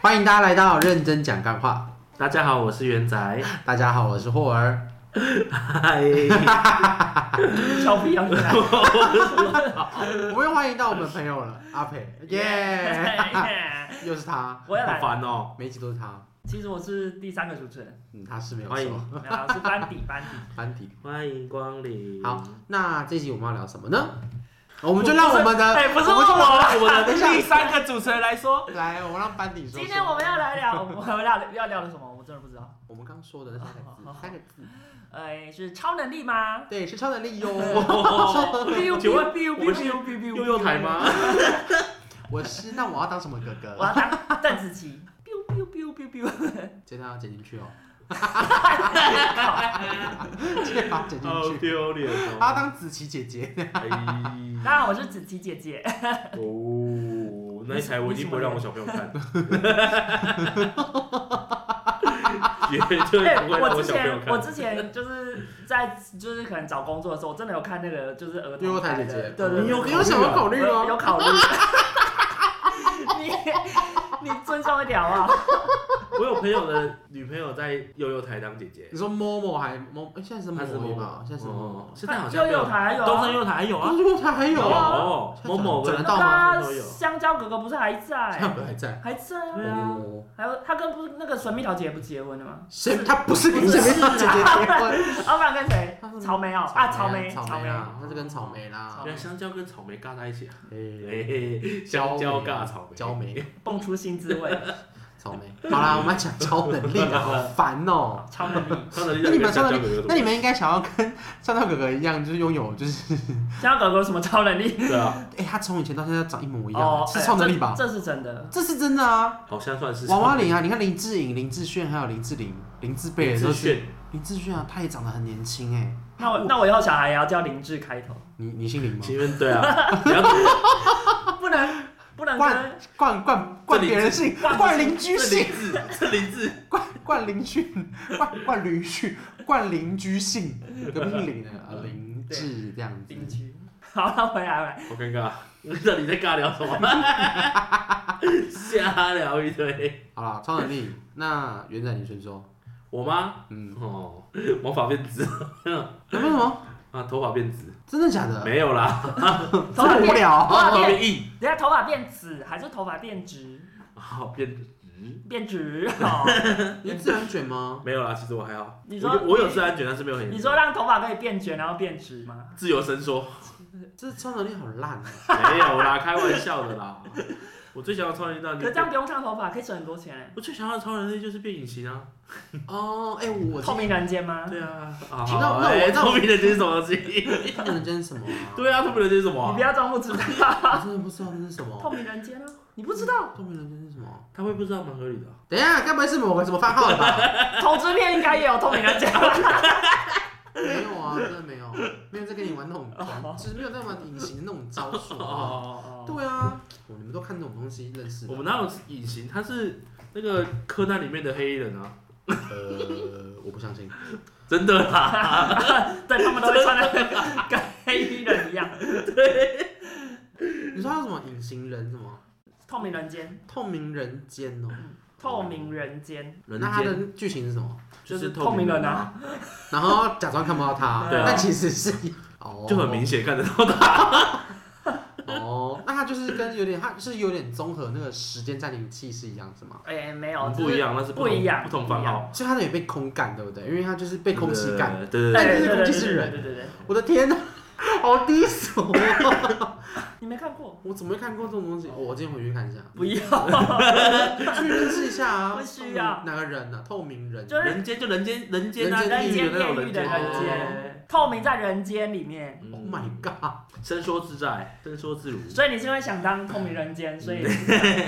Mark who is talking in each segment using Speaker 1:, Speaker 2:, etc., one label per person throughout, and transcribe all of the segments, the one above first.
Speaker 1: 欢迎大家来到认真讲干话。
Speaker 2: 大家好，我是元仔，
Speaker 1: 大家好，我是霍儿。
Speaker 2: 嗨，
Speaker 3: 小屁啊羊来，
Speaker 1: 我们又欢迎到我们朋友了， 阿培，耶、 又是他，
Speaker 3: 我要
Speaker 2: 好
Speaker 3: 来。
Speaker 2: 烦哦、
Speaker 1: 每一集都是他。
Speaker 3: 其实我是第三个主持人，
Speaker 1: 嗯，他是没有
Speaker 2: 欢
Speaker 1: 错
Speaker 2: 迎，
Speaker 3: 没有啦我是班底班底。
Speaker 1: 班底。
Speaker 2: 欢迎光临。
Speaker 1: 好，那这集我们要聊什么呢？我们就让我们的，
Speaker 3: 哎，不是
Speaker 1: 我
Speaker 3: 我
Speaker 1: 们就让
Speaker 3: 啦，
Speaker 1: 我们的
Speaker 2: 第三个主持人来说，
Speaker 1: 来，我们让班底说说。
Speaker 3: 今天我们要来聊， 我们要聊要聊的什么？我真的不知道。
Speaker 1: 我们刚说的那三个字，
Speaker 3: 哦
Speaker 1: 三个字，
Speaker 3: 哎，是超能力 吗？
Speaker 1: 对，是超能力哟。
Speaker 3: biu
Speaker 2: 请问
Speaker 3: biu
Speaker 2: 我们是
Speaker 3: biu biu biu
Speaker 2: 悠悠台吗？？
Speaker 1: 我是，那我要当什么哥
Speaker 3: 我
Speaker 1: 哥？
Speaker 3: 要当邓紫棋。biu biu biu biu biu。
Speaker 1: 这段要剪进去哦，
Speaker 3: 靠
Speaker 1: 这把剪
Speaker 3: 哦
Speaker 1: 进
Speaker 2: 好
Speaker 1: 去。
Speaker 2: 丢脸
Speaker 1: 他要
Speaker 2: 哦！
Speaker 1: 当子琪姐姐，
Speaker 2: 哎，
Speaker 3: 当然我是紫棋姐姐。
Speaker 2: 哦，那一台我一定不会让我小朋友看， 绝对不会让
Speaker 3: 我之
Speaker 2: 小朋友
Speaker 3: 前我
Speaker 2: 看。
Speaker 3: 之前就是在就是可能找工作的时候，我真的有看那个就是儿
Speaker 1: 悠悠
Speaker 3: 童
Speaker 1: 台姐
Speaker 3: 台
Speaker 1: 姐
Speaker 3: 的，，对对
Speaker 1: 你
Speaker 3: 对，
Speaker 1: 有你有想要考
Speaker 3: 我
Speaker 1: 虑
Speaker 3: 有
Speaker 1: 吗？
Speaker 3: 有考虑。啊 你你尊重一点好不好？
Speaker 2: 我有朋友的女朋友在悠悠台当姐姐
Speaker 1: 你，说 Momo 还 Momo，哎，现在是
Speaker 2: 她是
Speaker 1: Momo 吧
Speaker 2: 某？
Speaker 1: 现在是 Momo，
Speaker 2: 哦现在好像
Speaker 3: 悠悠台还有啊
Speaker 2: 东森悠悠台还有啊，
Speaker 1: 东他还有啊，
Speaker 2: 有某某
Speaker 1: 转得
Speaker 2: 个
Speaker 1: 到吗
Speaker 3: 那啊
Speaker 2: 都有
Speaker 3: 香蕉哥哥不是还在？
Speaker 1: 他们还在。
Speaker 3: 还在啊。
Speaker 2: 对啊
Speaker 1: 哦，
Speaker 3: 还有他跟不是那个神秘小姐不结婚了吗？
Speaker 1: 谁他不是跟谁姐姐结婚？
Speaker 3: 啊，不然跟谁
Speaker 1: 他是？
Speaker 3: 草莓哦，啊，草莓，
Speaker 1: 草
Speaker 3: 莓
Speaker 1: 莓。啦，那是跟草莓啦
Speaker 3: 草
Speaker 2: 原来
Speaker 3: 莓
Speaker 2: 香蕉跟草莓尬在一起啊！
Speaker 1: 哎，
Speaker 2: 嘿嘿嘿香蕉尬草莓，
Speaker 1: 焦莓，
Speaker 3: 蹦出新滋 味，
Speaker 1: 草莓。好啦，我们要讲超能力了，好烦哦。
Speaker 3: 超能力。
Speaker 2: 超能力
Speaker 1: 那你们
Speaker 2: 跟香
Speaker 1: 超
Speaker 2: 蕉
Speaker 1: 能
Speaker 2: 哥哥有什么关系
Speaker 1: 那你们应该想要跟上道哥哥一样，就是拥有，就是
Speaker 3: 香蕉哥哥有什么超能力？哦
Speaker 2: 对啊，
Speaker 1: 哎，他从以前到现在长一模一样，是超能力吧？
Speaker 3: 这这是真的。
Speaker 1: 这是真的啊。
Speaker 2: 好像算是
Speaker 1: 娃娃脸啊，你看林志颖、林志炫还有林志玲、林志贝
Speaker 2: 林
Speaker 1: 尔
Speaker 2: 志
Speaker 1: 都是
Speaker 2: 炫，
Speaker 1: 林志炫啊，他也长得很年轻哎、
Speaker 3: 那我那我以后小孩也要叫林志开头，
Speaker 1: 你你姓林吗？
Speaker 2: 前面对啊，你要
Speaker 3: 不能不能
Speaker 1: 冠
Speaker 3: 跟
Speaker 1: 冠冠冠别人姓，
Speaker 3: 冠
Speaker 1: 冠邻居姓，
Speaker 2: 这林志
Speaker 1: 冠冠邻居，冠冠邻居，冠邻居姓，隔壁姓林的 啊，林志这样子。
Speaker 3: 邻居。 好了，回来回来，
Speaker 2: 好尴尬，到底在尬聊什么？ 瞎聊一堆。
Speaker 1: 好啦，超能力，那元仔你先说，
Speaker 2: 我吗？
Speaker 1: 嗯，
Speaker 2: 哦，毛发变直
Speaker 1: 有没有什么？
Speaker 2: 啊，头发变直，
Speaker 1: 真的假的？
Speaker 2: 没有啦，
Speaker 1: 这么无
Speaker 3: 头
Speaker 1: 聊，
Speaker 2: 头
Speaker 3: 哦发
Speaker 2: 发
Speaker 3: 变，
Speaker 2: 变硬，
Speaker 3: 人家头发变紫还是头发变直？
Speaker 2: 好变直。
Speaker 3: 变直 哦。
Speaker 1: 你自然卷吗？
Speaker 2: 没有啦，其实我还好。
Speaker 3: 你说
Speaker 2: 我有我有自然卷，但是没有很严重
Speaker 3: 你说让头发可以变卷，然后变直吗？
Speaker 2: 自由伸缩，
Speaker 1: 这超能力好烂啊！
Speaker 2: 没有啦，开玩笑的啦。我最想要的超能力当然
Speaker 3: 可
Speaker 2: 就是
Speaker 3: 这样不用烫头发，可以省很多钱哎。
Speaker 2: 我最想要的超能力就是变隐形啊！
Speaker 1: 哦，哎，我
Speaker 3: 透明人间吗？
Speaker 2: 对啊，啊，
Speaker 1: 那
Speaker 2: 好
Speaker 1: 那我
Speaker 2: 哎
Speaker 1: 那我
Speaker 2: 透明人间是什么东西？
Speaker 1: 透明人间是什么啊？
Speaker 2: 对啊，透明人间是什么
Speaker 3: 你不
Speaker 2: 啊？
Speaker 3: 要装不知道。
Speaker 1: 我真的不知道这是什么。
Speaker 3: 透明人间啊，你不知道？
Speaker 1: 透明人间是什么？
Speaker 2: 他会不知道，蛮合理的啊。
Speaker 1: 等一下，该不会是某个什么番号的吧？
Speaker 3: 投资片应该也有透明人间吧？
Speaker 1: 没有啊，真的没有，没有在跟你玩那 种玩，就是没有在玩隐形的那种招数
Speaker 2: 哦
Speaker 1: 啊。
Speaker 2: 哦哦哦，
Speaker 1: 对啊，哦你们都看这种东西认识的？
Speaker 2: 我们哪有隐形？他是那个柯南里面的黑衣人啊，
Speaker 1: 呃，我不相信，
Speaker 2: 真的啦。
Speaker 3: 对，他们都会穿的 跟黑衣人一样。
Speaker 1: 你说他什么隐形人什么
Speaker 3: 透明人间，
Speaker 1: 透明人间哦？
Speaker 3: 透明人间
Speaker 2: 人
Speaker 1: 那他
Speaker 2: 间
Speaker 1: 的剧情是什么？
Speaker 3: 就是
Speaker 2: 透
Speaker 3: 透明人啊，
Speaker 1: 然后假装看不到 他，
Speaker 3: 对啊
Speaker 1: 但其实是哦，
Speaker 2: 啊就很明显看得到他。
Speaker 1: 哦。那他就是跟有点，他是有点综合那个时间暂停器是一样是吗？
Speaker 3: 哎、没有，
Speaker 2: 不一样，那是同
Speaker 3: 不一样
Speaker 2: 不同番号，
Speaker 1: 所以他也被空干，对不对？因为他就是被空气干。
Speaker 2: 对。对对
Speaker 3: 就
Speaker 1: 但
Speaker 2: 对
Speaker 3: 是。对
Speaker 1: 是
Speaker 3: 对
Speaker 1: 空
Speaker 3: 对
Speaker 1: 气
Speaker 3: 对
Speaker 1: 是
Speaker 3: 对
Speaker 1: 人
Speaker 3: 对对对，
Speaker 1: 我的天哪，好低俗啊！
Speaker 3: 你没看过？
Speaker 1: 我怎么会看过这种东西？哦我今天回去看一下，
Speaker 3: 不要，
Speaker 1: 去认识一下啊。
Speaker 3: 不需要
Speaker 1: 透明哪个人呢、啊？透明人。
Speaker 3: 就是
Speaker 2: 人间就人间，人间啊，
Speaker 1: 人
Speaker 3: 人
Speaker 2: 地狱
Speaker 3: 间
Speaker 2: 的那
Speaker 3: 炼
Speaker 2: 种哦
Speaker 3: 狱的人
Speaker 1: 人
Speaker 3: 间，哦透明在人间里面，
Speaker 2: 嗯
Speaker 1: Oh my god！
Speaker 2: 伸缩自在，伸缩自如。
Speaker 3: 所以你是因为想当透明人间，所以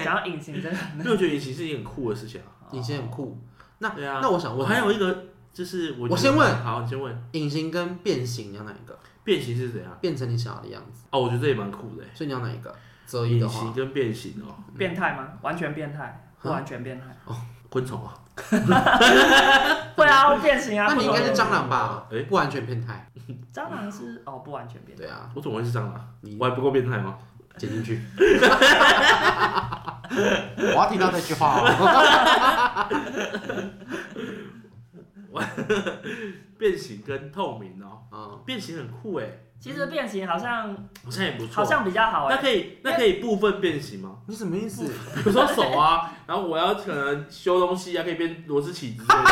Speaker 3: 想要隐形真的。
Speaker 2: 因为我觉得隐形是一件很酷的事情啊。
Speaker 1: 隐形很酷。那
Speaker 2: 对啊，
Speaker 1: 那我想
Speaker 2: 我
Speaker 1: 问，
Speaker 2: 还有一个就是我觉得
Speaker 1: 我先问
Speaker 2: 好，你先问，
Speaker 1: 隐形跟变形你要哪一个？
Speaker 2: 变形是怎样？
Speaker 1: 变成你想要的样子，
Speaker 2: 哦，我觉得这也蛮酷的欸。
Speaker 1: 所以你要哪一个？择一
Speaker 2: 隐
Speaker 1: 的
Speaker 2: 形
Speaker 1: 话，
Speaker 2: 跟变形哦，
Speaker 3: 变态吗？完全变态，
Speaker 1: 啊
Speaker 3: 完全变态。
Speaker 2: 昆虫啊，
Speaker 3: 会啊，会变形啊。
Speaker 1: 那你应该是
Speaker 3: 不
Speaker 1: 蟑螂吧？
Speaker 2: 哎
Speaker 1: 不完全变态。
Speaker 3: 蟑螂是哦，不完全变。
Speaker 1: 对啊，
Speaker 2: 我怎么会是蟑螂？
Speaker 1: 你
Speaker 2: 我还不够变态吗？
Speaker 1: 剪进去。我要听到那句话 哦。
Speaker 2: 变形跟透明哦，
Speaker 1: 嗯，
Speaker 2: 变形很酷哎，
Speaker 3: 其实变形好像
Speaker 2: 好像也不错。
Speaker 3: 好像比较好
Speaker 2: 那
Speaker 3: 哎。
Speaker 2: 可以那可以部分变形吗？
Speaker 1: 你什么意思？
Speaker 2: 比如说手啊，然后我要可能修东西啊，可以变螺丝起子之类的。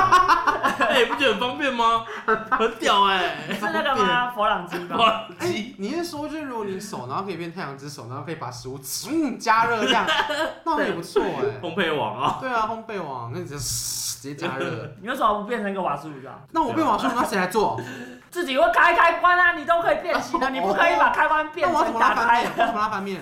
Speaker 2: 哎，不觉得很方便吗？很屌 哎！
Speaker 3: 是那个吗？佛朗机 吗？
Speaker 2: 哇，
Speaker 1: 哎、你是说，就是如果你手，然后可以变太阳之手，然后可以把食物嗯加热 这样，那我也不错哎、
Speaker 2: 烘焙王啊，
Speaker 1: 对啊，烘焙网那你就直接加 热。
Speaker 3: 你为什么不变成一个瓦斯炉啊？
Speaker 1: 那我变网速，那谁来做？
Speaker 3: 自己会开开关啊，你都可以变形 的，你不可以把开关变
Speaker 1: 那我要怎么
Speaker 3: 成
Speaker 1: 拉
Speaker 3: 打
Speaker 1: 翻
Speaker 3: 开啊
Speaker 1: 面？，我要怎么拉翻面？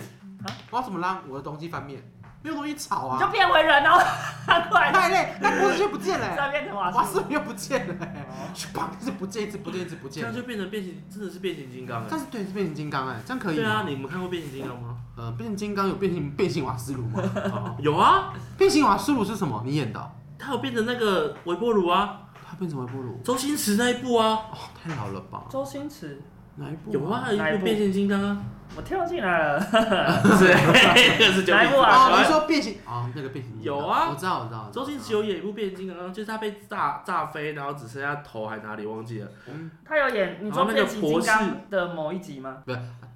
Speaker 1: 我要怎么拉我的东西翻面？没有东西炒
Speaker 3: 你就
Speaker 1: 啊，
Speaker 3: 变回人，然后翻过来，
Speaker 1: 太累，那锅子就不见了、欸，
Speaker 3: 再变成瓦
Speaker 1: 瓦
Speaker 3: 斯
Speaker 1: 斯
Speaker 3: 炉。
Speaker 1: 炉又不见了、欸，去把一直不见，一直不见，一直不
Speaker 2: 这
Speaker 1: 见
Speaker 2: 样。哦就变成变形，真的是变形金刚哎
Speaker 1: 但。是对，是变形金刚哎、这样可以
Speaker 2: 对
Speaker 1: 吗？
Speaker 2: 啊，你们看过变形金刚吗？
Speaker 1: 呃，变形金刚有变形变形瓦斯炉 吗？
Speaker 2: 哦有啊，
Speaker 1: 变形瓦斯炉是什么？你演的哦、
Speaker 2: 它有变成那个微波炉啊，
Speaker 1: 它变成微波炉？
Speaker 2: 周星驰那一部啊，
Speaker 1: 哦，太老了吧？
Speaker 3: 周星驰，
Speaker 1: 哪一部、
Speaker 2: 有啊，还
Speaker 3: 哪
Speaker 2: 有
Speaker 3: 一
Speaker 2: 一
Speaker 3: 部
Speaker 2: 部变形金刚啊，
Speaker 3: 我跳进来了。
Speaker 2: 不 是，那个是九
Speaker 3: 哪
Speaker 2: 品
Speaker 3: 一部
Speaker 2: 芝
Speaker 3: 啊
Speaker 1: 哦，
Speaker 2: 麻
Speaker 1: 你
Speaker 2: 官。
Speaker 1: 说变形哦，那个变形金刚
Speaker 2: 有啊
Speaker 1: 我知道，我知道。我知道
Speaker 2: 周星驰，有演一部变形金刚，就是他被炸炸飞，然后只剩下头还哪里忘记了。
Speaker 1: 嗯
Speaker 3: 他有演你说
Speaker 1: 哦
Speaker 3: 变形金刚的某一集吗？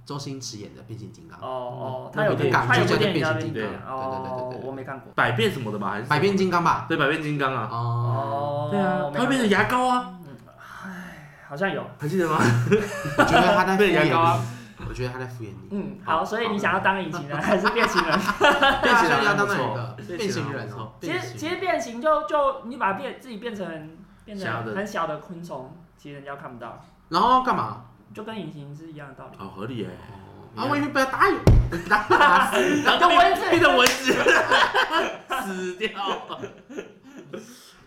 Speaker 1: 周星驰演的变形金刚，
Speaker 3: 哦哦，他
Speaker 2: 那
Speaker 3: 有
Speaker 2: 部电
Speaker 3: 电
Speaker 2: 影
Speaker 3: 影，他有部电影叫
Speaker 1: 就叫变
Speaker 3: 变形
Speaker 1: 形
Speaker 2: 金
Speaker 3: 金
Speaker 2: 刚
Speaker 3: 刚。
Speaker 1: 对对对
Speaker 3: 哦
Speaker 1: 对，对对
Speaker 3: 我没看过。
Speaker 2: 百变什么的吧，还是
Speaker 1: 百变金刚吧？
Speaker 2: 对百变金刚啊，
Speaker 1: 哦，
Speaker 3: 哦，
Speaker 2: 对啊
Speaker 3: 我，没
Speaker 2: 它会
Speaker 3: 看过
Speaker 2: 变成牙膏啊，
Speaker 3: 好像有。
Speaker 2: 还记得吗？
Speaker 1: 我觉得他在敷
Speaker 2: 变
Speaker 1: 衍
Speaker 2: 成牙膏啊
Speaker 1: 你，，我觉得他在敷衍 你。
Speaker 3: 嗯，
Speaker 1: 好
Speaker 3: 好，所以你想要当隐形人还是变形人？
Speaker 2: 变
Speaker 1: 啊
Speaker 2: 形
Speaker 1: 所以
Speaker 2: 人
Speaker 1: 你要当
Speaker 2: 不
Speaker 1: 哪一
Speaker 2: 错
Speaker 1: 个？变形人哦，
Speaker 3: 其
Speaker 1: 变
Speaker 3: 实其
Speaker 1: 形
Speaker 3: 实变形就就你把变自己变成变
Speaker 2: 小
Speaker 3: 成
Speaker 2: 的
Speaker 3: 很小的昆虫，其实人家看不到，
Speaker 1: 然后干嘛？
Speaker 3: 就跟隐形是一样的道理。
Speaker 2: 好合理哎，
Speaker 1: 啊，我以为被他打 有打打死，
Speaker 3: 个蚊子
Speaker 2: 变成蚊子， 死掉了。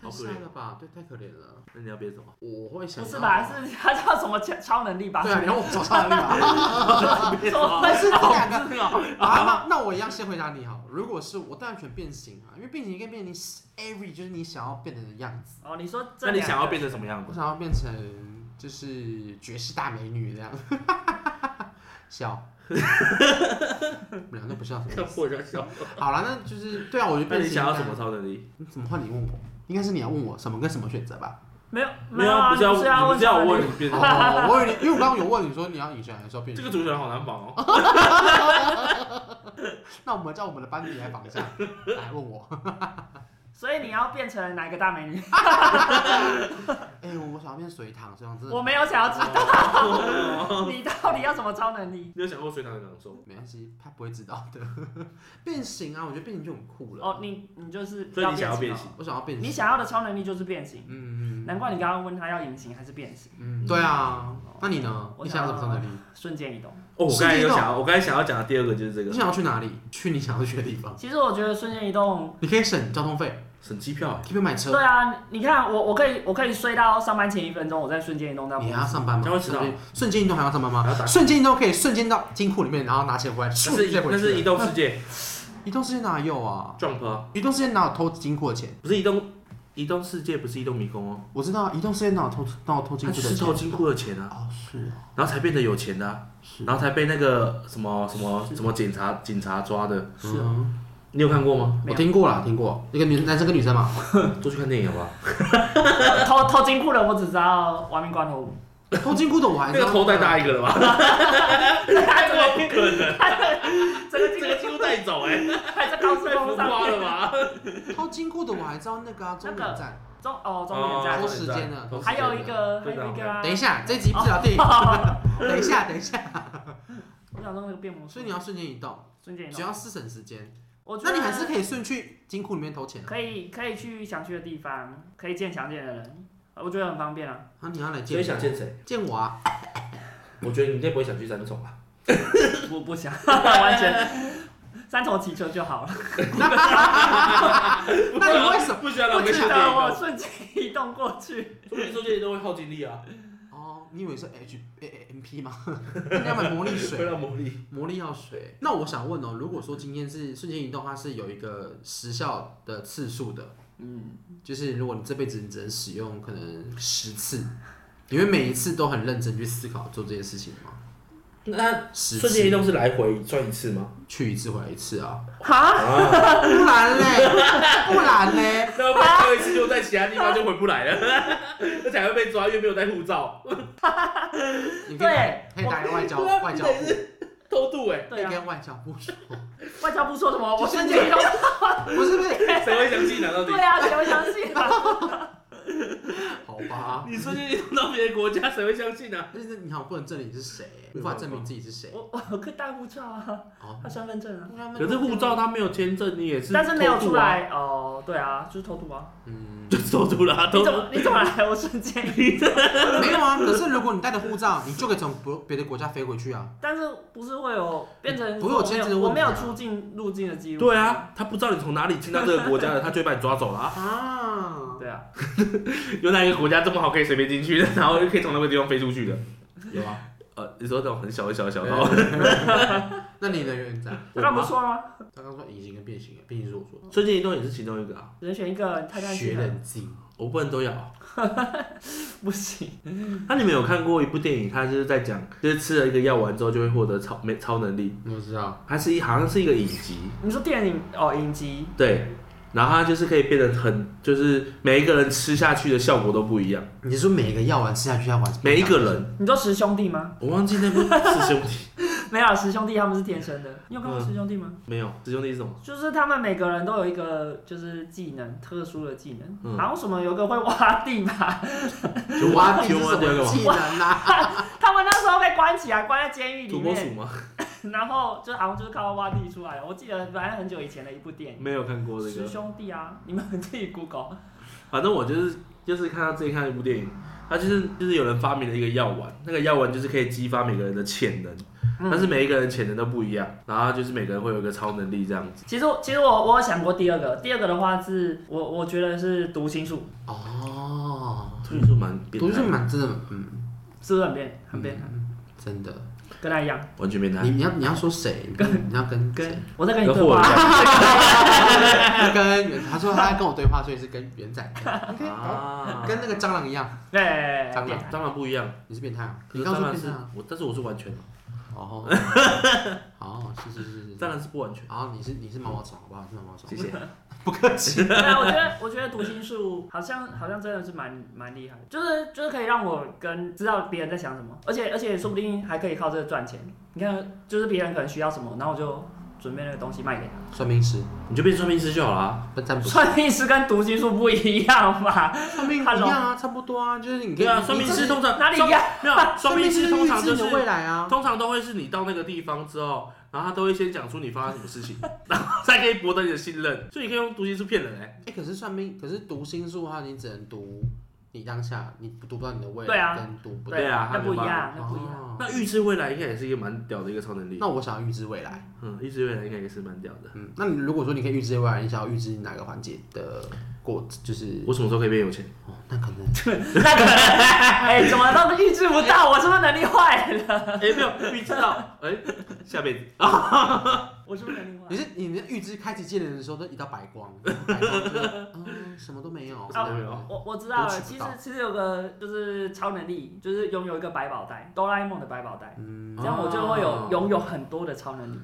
Speaker 1: 太吓了吧？对，太可怜了。
Speaker 2: 那你要变什么？
Speaker 1: 我会想
Speaker 3: 不
Speaker 1: 要，
Speaker 3: 是吧？是它叫什么超超能力吧？
Speaker 1: 对啊，你让我找上你 吧。
Speaker 2: 变
Speaker 3: 什么
Speaker 1: 但是这两个
Speaker 2: 个
Speaker 1: 啊，那那我一样先回答你好。如果是我，当然选变形啊，因为变形可以变成你 every 就是你想要变成的样子。
Speaker 3: 哦，你说这
Speaker 2: 那你
Speaker 3: 两个
Speaker 2: 想要变成什么样
Speaker 1: 我
Speaker 2: 子？
Speaker 1: 想要变成就是绝世大美女这样， 笑，不然都不笑什么意思。
Speaker 2: 破家笑。
Speaker 1: 好了，那就是对啊，我就
Speaker 2: 那
Speaker 1: 变
Speaker 2: 你
Speaker 1: 形。
Speaker 2: 想要什么？超能力？
Speaker 1: 你嗯怎么换你问我？应该是你要问我什么跟什么选择吧？
Speaker 3: 没有
Speaker 2: 没
Speaker 3: 有啊？
Speaker 2: 不是要
Speaker 3: 你不是要
Speaker 2: 你不是要
Speaker 3: 超能力
Speaker 2: 问你变成什么？
Speaker 1: 哦，我以为你，因为我刚刚有问你说你要隐形还是要变
Speaker 2: 这
Speaker 1: 形
Speaker 2: 个，主持人好难绑哦。
Speaker 1: 那我们叫我们的班底来绑一下，来问我。
Speaker 3: 所以你要变成哪个大美女？
Speaker 1: 哎、我想要变水塘，水塘真的
Speaker 3: 我没有想要知道你到底要什么超能力。
Speaker 2: 哦你有想过水塘的感受？
Speaker 1: 没关系，他不会知道的。变形啊，我觉得变形就很酷了。
Speaker 3: 哦，你你就是
Speaker 2: 所以你想要
Speaker 3: 变
Speaker 2: 变
Speaker 3: 形
Speaker 2: 形
Speaker 3: 哦，
Speaker 1: 我想要变
Speaker 3: 你
Speaker 1: 形。
Speaker 3: 想要的超能力就是变形。
Speaker 1: 嗯嗯
Speaker 3: 难怪你刚刚问他要隐形还是变形，
Speaker 1: 嗯，对啊。那你呢？
Speaker 3: 我
Speaker 1: 你想要
Speaker 3: 想
Speaker 1: 什
Speaker 3: 要
Speaker 1: 么超能力？
Speaker 3: 瞬间移动。
Speaker 2: 哦，我刚才
Speaker 1: 是这
Speaker 2: 有
Speaker 1: 个
Speaker 2: 想要，我刚才想要讲的第二个就是这
Speaker 1: 你
Speaker 2: 个
Speaker 1: 想要去哪里？去你想要去的地方。
Speaker 3: 其实我觉得瞬间移动，
Speaker 1: 你可以省交通费，
Speaker 2: 省机票。
Speaker 1: 可以不用买车。
Speaker 3: 对啊，你看我我可以我可以睡到上班前一分钟，我再瞬间移动到
Speaker 1: 你还要上班吗？
Speaker 2: 这样会迟到
Speaker 1: 瞬间瞬间移动还要上班
Speaker 2: 还要
Speaker 1: 吗？
Speaker 2: 打
Speaker 1: 瞬间移动可以瞬间到金库里面，然后拿钱回来，
Speaker 2: 那
Speaker 1: 咻
Speaker 2: 是
Speaker 1: 直接回
Speaker 2: 那是移
Speaker 1: 去。
Speaker 2: 动世界
Speaker 1: 移动世界哪有啊？
Speaker 2: jump 啊，
Speaker 1: 移动世界哪有偷金库的钱？
Speaker 2: 不是移动移动世界，不是移动迷宫哦，
Speaker 1: 我知道，移动世界哪有偷哪有偷金
Speaker 2: 他
Speaker 1: 库的
Speaker 2: 是
Speaker 1: 钱？
Speaker 2: 偷金库的钱啊，
Speaker 1: 哦，是哦，
Speaker 2: 然后才变得有钱的啊、
Speaker 1: 是哦
Speaker 2: 然后才被那个什么什么什么警察警察抓的。
Speaker 3: 是
Speaker 1: 嗯
Speaker 2: 你有看过吗？
Speaker 3: 没有
Speaker 1: 我听过啦，听过一个女男生跟女生嘛，
Speaker 2: 多去看电影好不好？
Speaker 3: 偷偷金库的，我只知道亡命关头五，
Speaker 1: 哦偷金库的我还
Speaker 2: 那
Speaker 1: 知道
Speaker 2: 个头再大一个了吧？
Speaker 3: 他怎么
Speaker 2: 不可能，
Speaker 3: 整个
Speaker 2: 这
Speaker 3: 金
Speaker 2: 个几乎带走哎、欸，
Speaker 3: 库还在高速
Speaker 2: 太
Speaker 3: 公
Speaker 2: 浮
Speaker 3: 路上
Speaker 2: 夸
Speaker 3: 面
Speaker 2: 了吧？
Speaker 1: 偷金库的我还知道那个啊，终点站。
Speaker 3: 中哦终点
Speaker 1: 哦
Speaker 3: 站
Speaker 1: 拖，时间了
Speaker 2: 拖时
Speaker 3: 还
Speaker 2: 间了
Speaker 3: 有一个还
Speaker 2: 对的
Speaker 3: 有一个啊，
Speaker 1: 等一下，这集不是聊 电影。等一下，等一下。
Speaker 3: 我想弄那个变魔术，
Speaker 1: 所以你要瞬间移动，
Speaker 3: 瞬间移
Speaker 1: 只
Speaker 3: 动，
Speaker 1: 要是省时间，
Speaker 3: 我觉
Speaker 1: 那
Speaker 3: 得
Speaker 1: 你还是可以顺去金库里面投钱啊。
Speaker 3: 可以可以去想去的地方，可以见想见的人，我觉得很方便啊。
Speaker 1: 啊，你要来见
Speaker 2: 所以
Speaker 1: 我？
Speaker 2: 想见谁？
Speaker 1: 见我 啊？
Speaker 2: 我觉得你应该不会想去三重吧？
Speaker 3: 我不想， 完全三重骑车就好了。
Speaker 1: 那你为什么？
Speaker 2: 不想
Speaker 3: 不
Speaker 2: 浪费时
Speaker 3: 知
Speaker 2: 间
Speaker 3: 道，我
Speaker 2: 哦？
Speaker 3: 瞬间移动过去。
Speaker 2: 说不定说这些都会耗精力啊，
Speaker 1: 哦，你以为是 H A A M P 吗？ 你要买魔力
Speaker 2: 会
Speaker 1: 水，
Speaker 2: 让魔力。
Speaker 1: 魔力药水。那我想问哦，如果说今天是瞬间移动，它是有一个时效的次数的，
Speaker 3: 嗯，
Speaker 1: 就是如果你这辈子你只能使用可能十次，你会每一次都很认真去思考做这件事情吗？
Speaker 2: 那
Speaker 1: 十
Speaker 2: 瞬间移
Speaker 1: 次
Speaker 2: 动是来回算一次吗？
Speaker 1: 去一次回来一次啊，
Speaker 3: 哈，
Speaker 2: 啊，
Speaker 1: 不然嘞，不然嘞，
Speaker 2: 那被抓一次就在其他地方就回不来了， 而且还会被抓，因为没有带护照。
Speaker 1: 你可以打
Speaker 3: 对
Speaker 1: 可以打给外交
Speaker 2: 对啊
Speaker 1: 外交
Speaker 2: 你等于
Speaker 1: 部，
Speaker 2: 是偷渡哎，
Speaker 1: 可以
Speaker 3: 对啊，
Speaker 1: 跟外交部说，
Speaker 3: 外交部说什么？我
Speaker 1: 就是
Speaker 3: 瞬间移动，
Speaker 1: 不是不是，
Speaker 2: 谁会相信呢？到底
Speaker 3: 对？啊，谁会相信啊？
Speaker 1: 好吧，
Speaker 2: 你瞬间移动到别的国家，谁会相信啊呢？
Speaker 1: 但是你好像不能证明你是谁，无法证明自己是谁。
Speaker 3: 我我可以带护照啊，
Speaker 1: 哦，
Speaker 3: 他身份证啊，
Speaker 2: 可是护照他没有签证，你也是，
Speaker 3: 但是没有出，来哦，对啊，就是偷渡啊。
Speaker 1: 嗯，
Speaker 2: 就是偷渡了啊，
Speaker 3: 你
Speaker 2: 偷
Speaker 3: 怎
Speaker 2: 渡
Speaker 3: 么你怎么来？我瞬间移动，
Speaker 1: 没有啊。可是如果你带着护照，你就可以从别别的国家飞回去啊。
Speaker 3: 但是不是 会有变成
Speaker 1: 不会有
Speaker 3: 我没
Speaker 1: 签证
Speaker 3: 有
Speaker 1: 的
Speaker 3: 我
Speaker 1: 问
Speaker 3: 没
Speaker 1: 题啊
Speaker 3: 有出境入境的记录？
Speaker 2: 对啊，他不知道你从哪里进到这个国家的，他就会把你抓走了 啊。
Speaker 1: 啊，
Speaker 3: 对啊，
Speaker 2: 有哪一个国家这么好可以随便进去的，然后又可以从那个地方飞出去的？
Speaker 1: 有啊。
Speaker 2: 呃，你说那种很小很小很小，然后
Speaker 1: 那你的人在？
Speaker 3: 我刚不是说了吗？
Speaker 1: 他刚说隐形跟变形，变形是我说的。
Speaker 2: 瞬间移动也是其中一个啊，
Speaker 3: 只能选一个，太开
Speaker 1: 学
Speaker 3: 心了，
Speaker 1: 人精，
Speaker 2: 我不能都要。啊
Speaker 3: 不行。
Speaker 2: 那你们有看过一部电影，它就是在讲，就是吃了一个药丸之后就会获得超没超能力，
Speaker 1: 我知道。
Speaker 2: 它是一好像是一个影集，
Speaker 3: 你说电影哦，影集
Speaker 2: 对，然后它就是可以变得很，就是每一个人吃下去的效果都不一样，
Speaker 1: 你说每个药丸吃下去要丸，
Speaker 2: 每一个人，
Speaker 3: 你说十兄弟吗？
Speaker 2: 我忘记那部是兄弟
Speaker 3: 没有，十兄弟他们是天生的。你有看过
Speaker 2: 嗯
Speaker 3: 十兄弟吗？
Speaker 2: 没有，是兄弟是什么？
Speaker 3: 就是他们每个人都有一个就是技能，特殊的技能，
Speaker 2: 嗯
Speaker 3: 然后什么有一个会挖地吧，
Speaker 1: 就挖地是
Speaker 2: 挖
Speaker 1: 什
Speaker 2: 掉干
Speaker 1: 么
Speaker 2: 嘛
Speaker 1: 技能 啦？
Speaker 3: 他们那时候被关起来，关在监狱里
Speaker 2: 土拨鼠
Speaker 3: 面，
Speaker 2: 吗？
Speaker 3: 然后就好像就是靠挖地出来的。我记得反正很久以前的一部电影，
Speaker 2: 没有看过这
Speaker 3: 十
Speaker 2: 个，
Speaker 3: 兄弟啊，你们自己 Google。
Speaker 2: 反正我就是就是看到自己看到一部电影，它就是就是有人发明了一个药丸，那个药丸就是可以激发每个人的潜能，
Speaker 1: 嗯
Speaker 2: 但是每一个人潜能都不一样，然后就是每个人会有一个超能力这样子。
Speaker 3: 其实我其实我我有想过第二个，第二个的话是我我觉得是读心术，
Speaker 1: 哦，
Speaker 2: 所以说蛮变
Speaker 1: 不是
Speaker 2: 态，
Speaker 1: 蛮真的，嗯，
Speaker 3: 是不是很变很
Speaker 2: 嗯
Speaker 3: 变态？
Speaker 1: 真的。
Speaker 3: 跟他一样，
Speaker 2: 完全变态
Speaker 1: 你。你要你要说谁？你跟你要跟跟
Speaker 3: 我在跟你
Speaker 2: 啊跟
Speaker 3: 对
Speaker 2: 霍尔一。
Speaker 3: 话
Speaker 2: 样
Speaker 1: 跟袁，他说他在跟我对话，所以是跟袁仔，
Speaker 2: 啊，
Speaker 1: 跟那个蟑螂一样。
Speaker 3: 对，
Speaker 1: 蟑螂
Speaker 3: 变态
Speaker 2: 当然不一样。
Speaker 1: 你是变态啊？
Speaker 2: 可
Speaker 1: 你
Speaker 2: 是
Speaker 1: 刚
Speaker 2: 当
Speaker 1: 说
Speaker 2: 然
Speaker 1: 变
Speaker 2: 是
Speaker 1: 态啊？
Speaker 2: 我，但是我是完全的，
Speaker 1: 哦， 哦，是是是是。
Speaker 2: 当然是不完全。
Speaker 1: 然后你是你是毛毛虫，好不好？是毛毛虫
Speaker 2: 谢。谢。
Speaker 1: 不客气。
Speaker 3: 对啊，我觉 得我觉得读心术好像好像真的是蛮蛮厉害的，就是就是可以让我跟知道别人在想什么，而且而且说不定还可以靠这个赚钱。你看，就是别人可能需要什么，然后我就准备那个东西卖给 他。
Speaker 1: 算命师，
Speaker 2: 你就变算命师就好了。
Speaker 1: 不占卜。
Speaker 3: 算命师跟读心术不一样吧？
Speaker 1: 算命一样啊，差不多啊，就是你可以
Speaker 2: 对啊，算命师通常
Speaker 3: 哪里一
Speaker 2: 双
Speaker 3: 样？
Speaker 2: 没有，算命师通常就
Speaker 1: 预知你的未
Speaker 2: 是
Speaker 1: 来啊。
Speaker 2: 通常都会是你到那个地方之后，然后他都会先讲出你发生什么事情， 然后再可以博得你的信任，所以你可以用读心术骗人哎。
Speaker 1: 哎，可是算命，可是读心术的话，你只能读你当下，你读不到你的未
Speaker 3: 对
Speaker 1: 来，
Speaker 3: 啊
Speaker 1: 跟读不到。
Speaker 2: 对啊
Speaker 3: 那不一样，那不一样。
Speaker 1: 哦
Speaker 2: 那预知未来应该也是一个蛮屌的一个超能力
Speaker 1: 那。我想要预知未来。
Speaker 2: 嗯，预知未来应该也是蛮屌的。
Speaker 1: 嗯，那你如果说你可以预知未来，你想要预知哪个环节的过，就是
Speaker 2: 我什么时候可以变有钱？
Speaker 1: 哦，那可能
Speaker 3: 那可能，哎，怎么都预知不到？我是不是能力坏了？
Speaker 2: 哎，没有预知到，哎，下辈子
Speaker 3: 我是不是能力坏
Speaker 1: 你是你的预知开启技能的时候都一道白光， 白光就是嗯什么都没有，
Speaker 2: 什啊么都没有
Speaker 3: 我我知道
Speaker 1: 都
Speaker 3: 了，
Speaker 1: 吃
Speaker 3: 其
Speaker 1: 不
Speaker 3: 实
Speaker 1: 到
Speaker 3: 其实有个就是超能力，就是拥有一个百宝袋，哆啦 A 梦的百宝袋，
Speaker 1: 嗯
Speaker 3: 这，样我就会
Speaker 2: 哦
Speaker 3: 有拥有很多的超能力。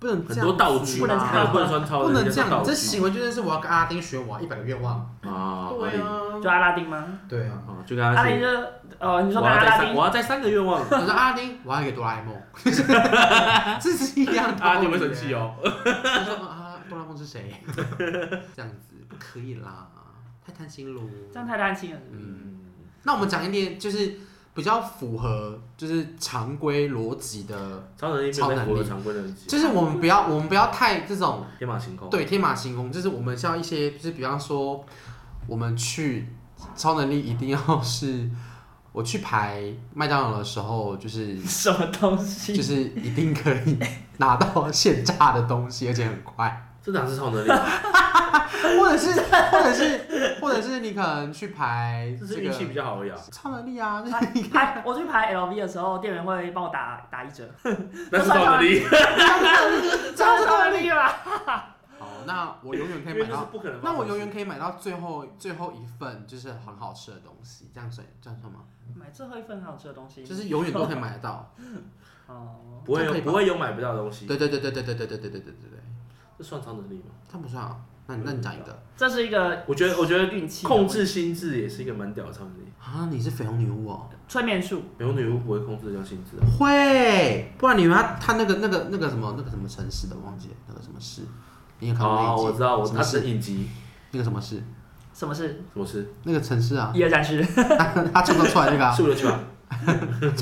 Speaker 1: 不能这
Speaker 2: 很
Speaker 1: 样
Speaker 2: 多道
Speaker 1: 子
Speaker 2: 具，
Speaker 3: 不能这
Speaker 1: 啦
Speaker 3: 样
Speaker 2: 不能穿超
Speaker 1: 不
Speaker 2: 能
Speaker 1: 能
Speaker 2: 力，
Speaker 1: 这
Speaker 2: 叫道
Speaker 1: 样，
Speaker 2: 具
Speaker 1: 这行为就像是我要跟阿拉丁学我一百个愿望。
Speaker 2: 啊，合理
Speaker 1: 对啊，
Speaker 3: 就阿拉丁吗？
Speaker 1: 对啊。
Speaker 2: 哦，就跟
Speaker 3: 阿
Speaker 2: 他
Speaker 3: 拉丁
Speaker 2: 说，
Speaker 3: 就是呃，你说
Speaker 2: 我
Speaker 3: 跟
Speaker 2: 要
Speaker 3: 阿
Speaker 2: 再
Speaker 3: 拉
Speaker 2: 三，
Speaker 3: 丁，
Speaker 2: 我要再三个愿 望
Speaker 1: 我说阿拉丁，我要一个哆啦 A 梦， 这是一样的。
Speaker 2: 阿拉丁会生气
Speaker 1: 哦。
Speaker 2: 哦。
Speaker 1: 他说啊，哆啦 A 梦是谁？ 这样子不可以啦，太贪心喽。
Speaker 3: 这样太担心了。
Speaker 2: 嗯，
Speaker 1: 那我们讲一点，就是比较符合就是常规逻辑的，
Speaker 2: 嗯超能力没有在符合常规的人级，
Speaker 1: 就是我们不要我们不要太这种
Speaker 2: 天马行空。
Speaker 1: 对天马行空，就是我们像一些就是比方说我们去超能力一定要是。 我去排麦当劳的时候，就是
Speaker 3: 什么东
Speaker 1: 就
Speaker 3: 西？
Speaker 1: 是一定可以拿到现榨的东西，而且很 快，
Speaker 2: 这哪是超能力？
Speaker 1: 或者是或者是或者是你可能去排
Speaker 2: 这
Speaker 1: 这
Speaker 2: 是运
Speaker 1: 个
Speaker 2: 气比较好而已啊。
Speaker 1: 超能力啊，
Speaker 3: 排排，我去排 LV 的时候，店员会帮我打打一折，
Speaker 2: 那是超能力，
Speaker 1: 这样子
Speaker 3: 这
Speaker 1: 这样
Speaker 3: 样
Speaker 1: 子
Speaker 3: 是
Speaker 1: 超
Speaker 3: 超
Speaker 1: 能
Speaker 3: 能
Speaker 1: 力。
Speaker 3: 力吧？
Speaker 1: 好，那我永远可
Speaker 2: 因
Speaker 1: 以
Speaker 2: 为
Speaker 1: 买
Speaker 2: 就是
Speaker 1: 到，
Speaker 2: 不可能发
Speaker 1: 那
Speaker 2: 生的事。
Speaker 1: 我永远可以买到最后最后一份就是很好吃的东西，这样算这样算吗？
Speaker 3: 买最后一份好吃的东西，
Speaker 1: 就是永远都可以买得 到。
Speaker 3: 哦，
Speaker 2: 不会
Speaker 1: 这可以
Speaker 2: 有
Speaker 1: 吧
Speaker 2: 不会有买不到的东西。
Speaker 1: 对对对对对对对对对对对对对，
Speaker 2: 这算超能力吗？
Speaker 1: 这样不算啊。那你那你讲一个
Speaker 3: 这是一个
Speaker 2: 我觉啊得我觉得
Speaker 3: 运气的
Speaker 2: 控
Speaker 3: 问
Speaker 2: 制心智也是一个蛮屌的超能力。
Speaker 1: 啊？你是绯红女巫哦？
Speaker 3: 题催眠术，
Speaker 2: 美魔女巫不会控制得了心智啊。
Speaker 1: 会，不然你以为他他那个那个那个什么那个什么城市的忘记了那个什么市，你也看过那一
Speaker 2: 哦，
Speaker 1: 集？
Speaker 2: 我知道，我
Speaker 1: 什
Speaker 2: 他
Speaker 1: 么
Speaker 2: 是
Speaker 1: 市？
Speaker 2: 影集，
Speaker 1: 那个什么市？
Speaker 3: 什么是
Speaker 2: 什么事？
Speaker 1: 那个城市啊，
Speaker 3: 一二三四？
Speaker 1: 他他创造出来那个啊，
Speaker 2: 是不是去吧？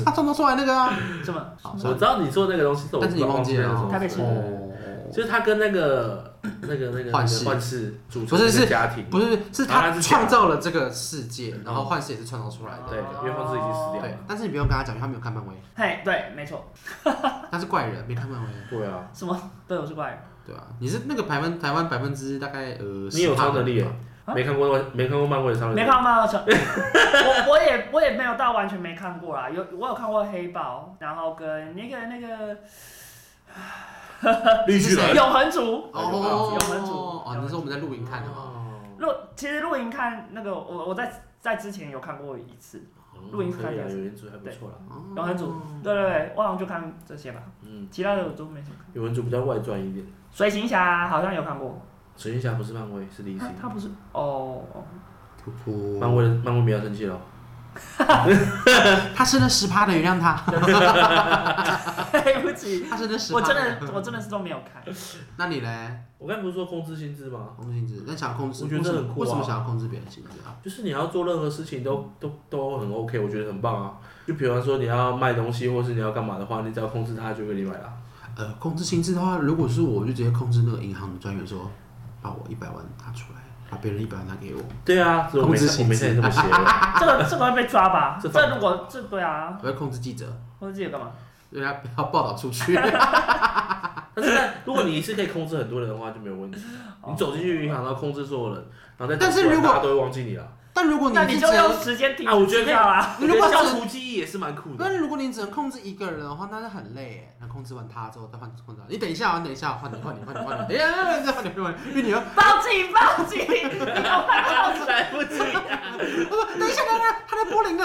Speaker 1: 他创造出来那个啊，
Speaker 3: 什么？
Speaker 1: 好
Speaker 2: 我知道你做那个东西，
Speaker 1: 但是你
Speaker 2: 我
Speaker 1: 忘记
Speaker 2: 了
Speaker 1: 了
Speaker 2: 是什
Speaker 1: 哦
Speaker 2: 么事。
Speaker 3: 台北市
Speaker 1: 哦，
Speaker 2: 就是他跟那个那个那个
Speaker 1: 幻
Speaker 2: 那
Speaker 1: 视
Speaker 2: 个幻视组
Speaker 1: 不
Speaker 2: 成
Speaker 1: 是
Speaker 2: 一个
Speaker 1: 是
Speaker 2: 家庭，
Speaker 1: 不是，是
Speaker 2: 啊那
Speaker 1: 他
Speaker 2: 是假的
Speaker 1: 创造了这个世界，然后幻视也是创造出来的。
Speaker 2: 对，因为幻视已经死掉
Speaker 1: 对
Speaker 2: 了。，
Speaker 1: 但是你不用跟他讲，因为他没有看漫威，
Speaker 3: 嘿，对，没错，
Speaker 1: 他是怪人，没看漫威，
Speaker 2: 对啊，
Speaker 3: 什么？对，我是怪人，
Speaker 1: 对吧、你是那个台湾台湾百分之大概呃，
Speaker 2: 你有
Speaker 1: 10%
Speaker 2: 超能力耶
Speaker 1: 吧？
Speaker 3: 啊
Speaker 2: 没看过没看过漫威的超能力，
Speaker 3: 没看过漫画，我我也我也没有到完全没看过啦，有我有看过黑豹，然后跟那个那个
Speaker 2: 绿
Speaker 1: 是
Speaker 2: 巨
Speaker 1: 谁
Speaker 2: 人
Speaker 3: 永恒族。
Speaker 1: 哦
Speaker 3: 有分组
Speaker 1: 哦，那是我们在露营看的嘛。
Speaker 2: 哦
Speaker 3: 露其实露营看那个，我我在在之前有看过一次，露营
Speaker 2: 可以啊，
Speaker 3: 看
Speaker 2: 有原著还不错啦。
Speaker 3: 永恒族，对对对，我好像就看这些吧，
Speaker 2: 嗯，
Speaker 3: 其他的我都没什么看。
Speaker 2: 有原著比较外传一点。
Speaker 3: 水行侠好像有看过，
Speaker 2: 神仙侠不是漫威，是 DC
Speaker 3: 他。他不是 哦，
Speaker 1: 突突，
Speaker 2: 漫威的漫威不要生气了，
Speaker 1: 他吃了十趴的，原谅 他。
Speaker 3: 对不起，
Speaker 1: 他吃了十趴。
Speaker 3: 我真。的我真的是都没有看。
Speaker 1: 那你嘞？
Speaker 2: 我刚才不是说控制心智吗？
Speaker 1: 控制心智，那想控制，
Speaker 2: 我觉得
Speaker 1: 为什么
Speaker 2: 很酷啊
Speaker 1: 为什么想要控制别人心智啊？
Speaker 2: 就是你要做任何事情都都都很 OK，我觉得很棒啊。就比方说你要卖东西，或是你要干嘛的话，你只要控制它，就给你买啦。
Speaker 1: 呃，控制心智的话，如果是我，我就直接控制那个银行的专员说，把我一百万拿出来，把别人一百万拿给我。
Speaker 2: 对啊，所以我没
Speaker 1: 控制
Speaker 2: 事，
Speaker 1: 心
Speaker 2: 我没事这么 邪恶。
Speaker 3: 这个这个会被抓吧？
Speaker 2: 这
Speaker 3: 这如果这对啊，
Speaker 1: 我会控制记者，
Speaker 3: 我自己有干嘛？
Speaker 1: 让他不要报道出 去。
Speaker 2: 但是呢，如果你是可以控制很多人的话，就没有问题。你走进去银行，然后控制所有人，然后再
Speaker 1: 但是
Speaker 2: 走出来
Speaker 1: 如果
Speaker 2: 大家都会忘记你了，
Speaker 1: 但如果
Speaker 3: 那
Speaker 1: 你
Speaker 3: 你
Speaker 1: 是
Speaker 3: 就
Speaker 1: 只
Speaker 3: 用
Speaker 1: 能，
Speaker 3: 时间停
Speaker 2: 啊我觉得
Speaker 3: 止掉啊。
Speaker 1: 你如果
Speaker 2: 我觉得
Speaker 1: 只
Speaker 2: 消除记忆也是蛮酷的。
Speaker 1: 那如果你只能控制一个人的话，那是很累哎。那控制完他之后，再换控制他，你等一下啊，你等一下，换你，换你，换你，换你，等一下，再换你，换你，因为你要
Speaker 3: 报警！报警！ 你赶快报警！
Speaker 2: 来不及，
Speaker 1: 等一下，等一下，他在波林啊，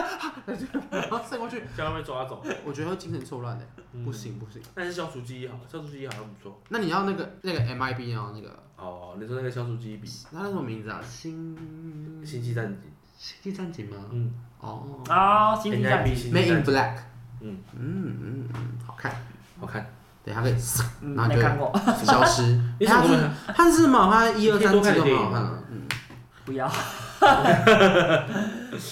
Speaker 1: 然后塞过去，
Speaker 2: 刚刚被抓走，
Speaker 1: 我觉得会精神错乱的，
Speaker 2: 嗯
Speaker 1: 不行不行。
Speaker 2: 但是消除记忆好，消除记忆好像不错。
Speaker 1: 那你要那个那个 MIB 啊，那个
Speaker 2: 哦，你说那个消除记忆笔，
Speaker 1: 他叫什么名字啊？星
Speaker 2: 星际战警，
Speaker 1: 星际战警吗？
Speaker 2: 嗯
Speaker 1: 哦
Speaker 3: 啊，心理战
Speaker 2: ，NIB
Speaker 3: 机，
Speaker 2: 星际
Speaker 1: ，Made
Speaker 2: 战
Speaker 1: in
Speaker 2: 警，
Speaker 1: Black。
Speaker 2: 嗯，
Speaker 1: 嗯嗯嗯，好看。
Speaker 2: 好看。
Speaker 1: 对，它可以
Speaker 3: 嗯
Speaker 1: 那
Speaker 3: 没
Speaker 1: 对
Speaker 3: 看过，
Speaker 1: 消失。
Speaker 2: 你怎
Speaker 1: 它
Speaker 2: 么
Speaker 1: 是
Speaker 2: 会看
Speaker 1: 它是嘛？它一二
Speaker 2: 你可以
Speaker 1: 三
Speaker 2: 多
Speaker 1: 季
Speaker 2: 看
Speaker 1: 都很
Speaker 2: 点电影
Speaker 1: 好看
Speaker 2: 嘛
Speaker 1: 的。嗯，
Speaker 3: 不要。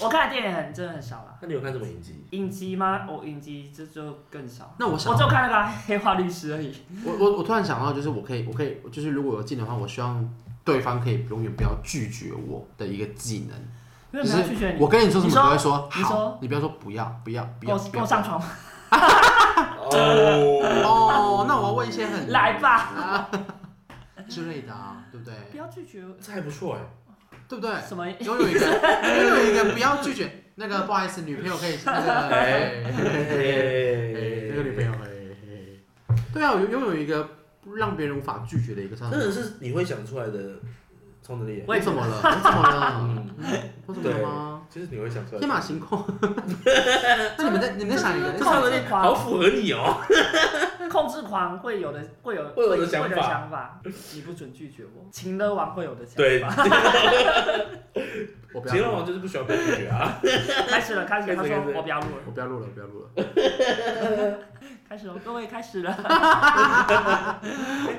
Speaker 3: 我看的电影很真的很少啦，
Speaker 2: 那你有看什么影集？
Speaker 3: 影集吗？我影集这就更少。
Speaker 1: 那我想
Speaker 3: 我就看那个啊《黑化律师》而已。
Speaker 1: 我我我突然想到，就是我可以，我可以，就是如果有技能的话，我希望对方可以永远不要拒绝我的一个技能。
Speaker 3: 因为
Speaker 1: 就
Speaker 3: 没有拒绝
Speaker 1: 是
Speaker 3: 你，
Speaker 1: 我跟你说什么，
Speaker 3: 你说
Speaker 1: 都会说
Speaker 3: 你说
Speaker 1: 好，你不要说不要不要不
Speaker 3: 跟
Speaker 1: 要
Speaker 3: 我
Speaker 1: 不
Speaker 3: 跟
Speaker 1: 要
Speaker 3: 我。上床，
Speaker 2: 哦，
Speaker 1: 哦，那我要问一些很啊
Speaker 3: 来吧！
Speaker 1: 之类的啊，对不对？
Speaker 3: 不要拒绝我
Speaker 2: 这还不错哎，
Speaker 1: 对不对？
Speaker 3: 什么？
Speaker 1: 拥有一个拥有一个不要拒绝那个不好意思，女朋友可以那个
Speaker 2: 哎
Speaker 1: 哎那个女朋友哎，对啊，拥有一个让别人无法拒绝的一个上
Speaker 2: 真的是你会想出来的超能力，
Speaker 3: 我
Speaker 1: 我
Speaker 3: 也
Speaker 1: 怎么了？我怎么 了？
Speaker 2: 嗯，
Speaker 1: 我怎么了吗？
Speaker 2: 就是你会想出来的
Speaker 1: 天马行空。那你们再你们再想一个，
Speaker 2: 这
Speaker 1: 你
Speaker 2: 超
Speaker 1: 想
Speaker 2: 能力好符合你哦，
Speaker 3: 控制狂会有的，会有
Speaker 2: 会有的
Speaker 3: 会
Speaker 2: 想法
Speaker 3: 会有想法，你不准拒绝我。情勒王会有的想
Speaker 2: 对
Speaker 3: 法。
Speaker 1: 我不
Speaker 2: 秦
Speaker 1: 要
Speaker 2: 乐
Speaker 1: 录
Speaker 2: 王
Speaker 1: 了，
Speaker 2: 就是不喜欢被拒绝啊，
Speaker 3: 开始了，开始了。他
Speaker 2: 开始开
Speaker 3: 说
Speaker 2: 始
Speaker 3: 我不要录了，
Speaker 1: 我不要录了，我不要录了。
Speaker 3: 开始了，各位 开始了，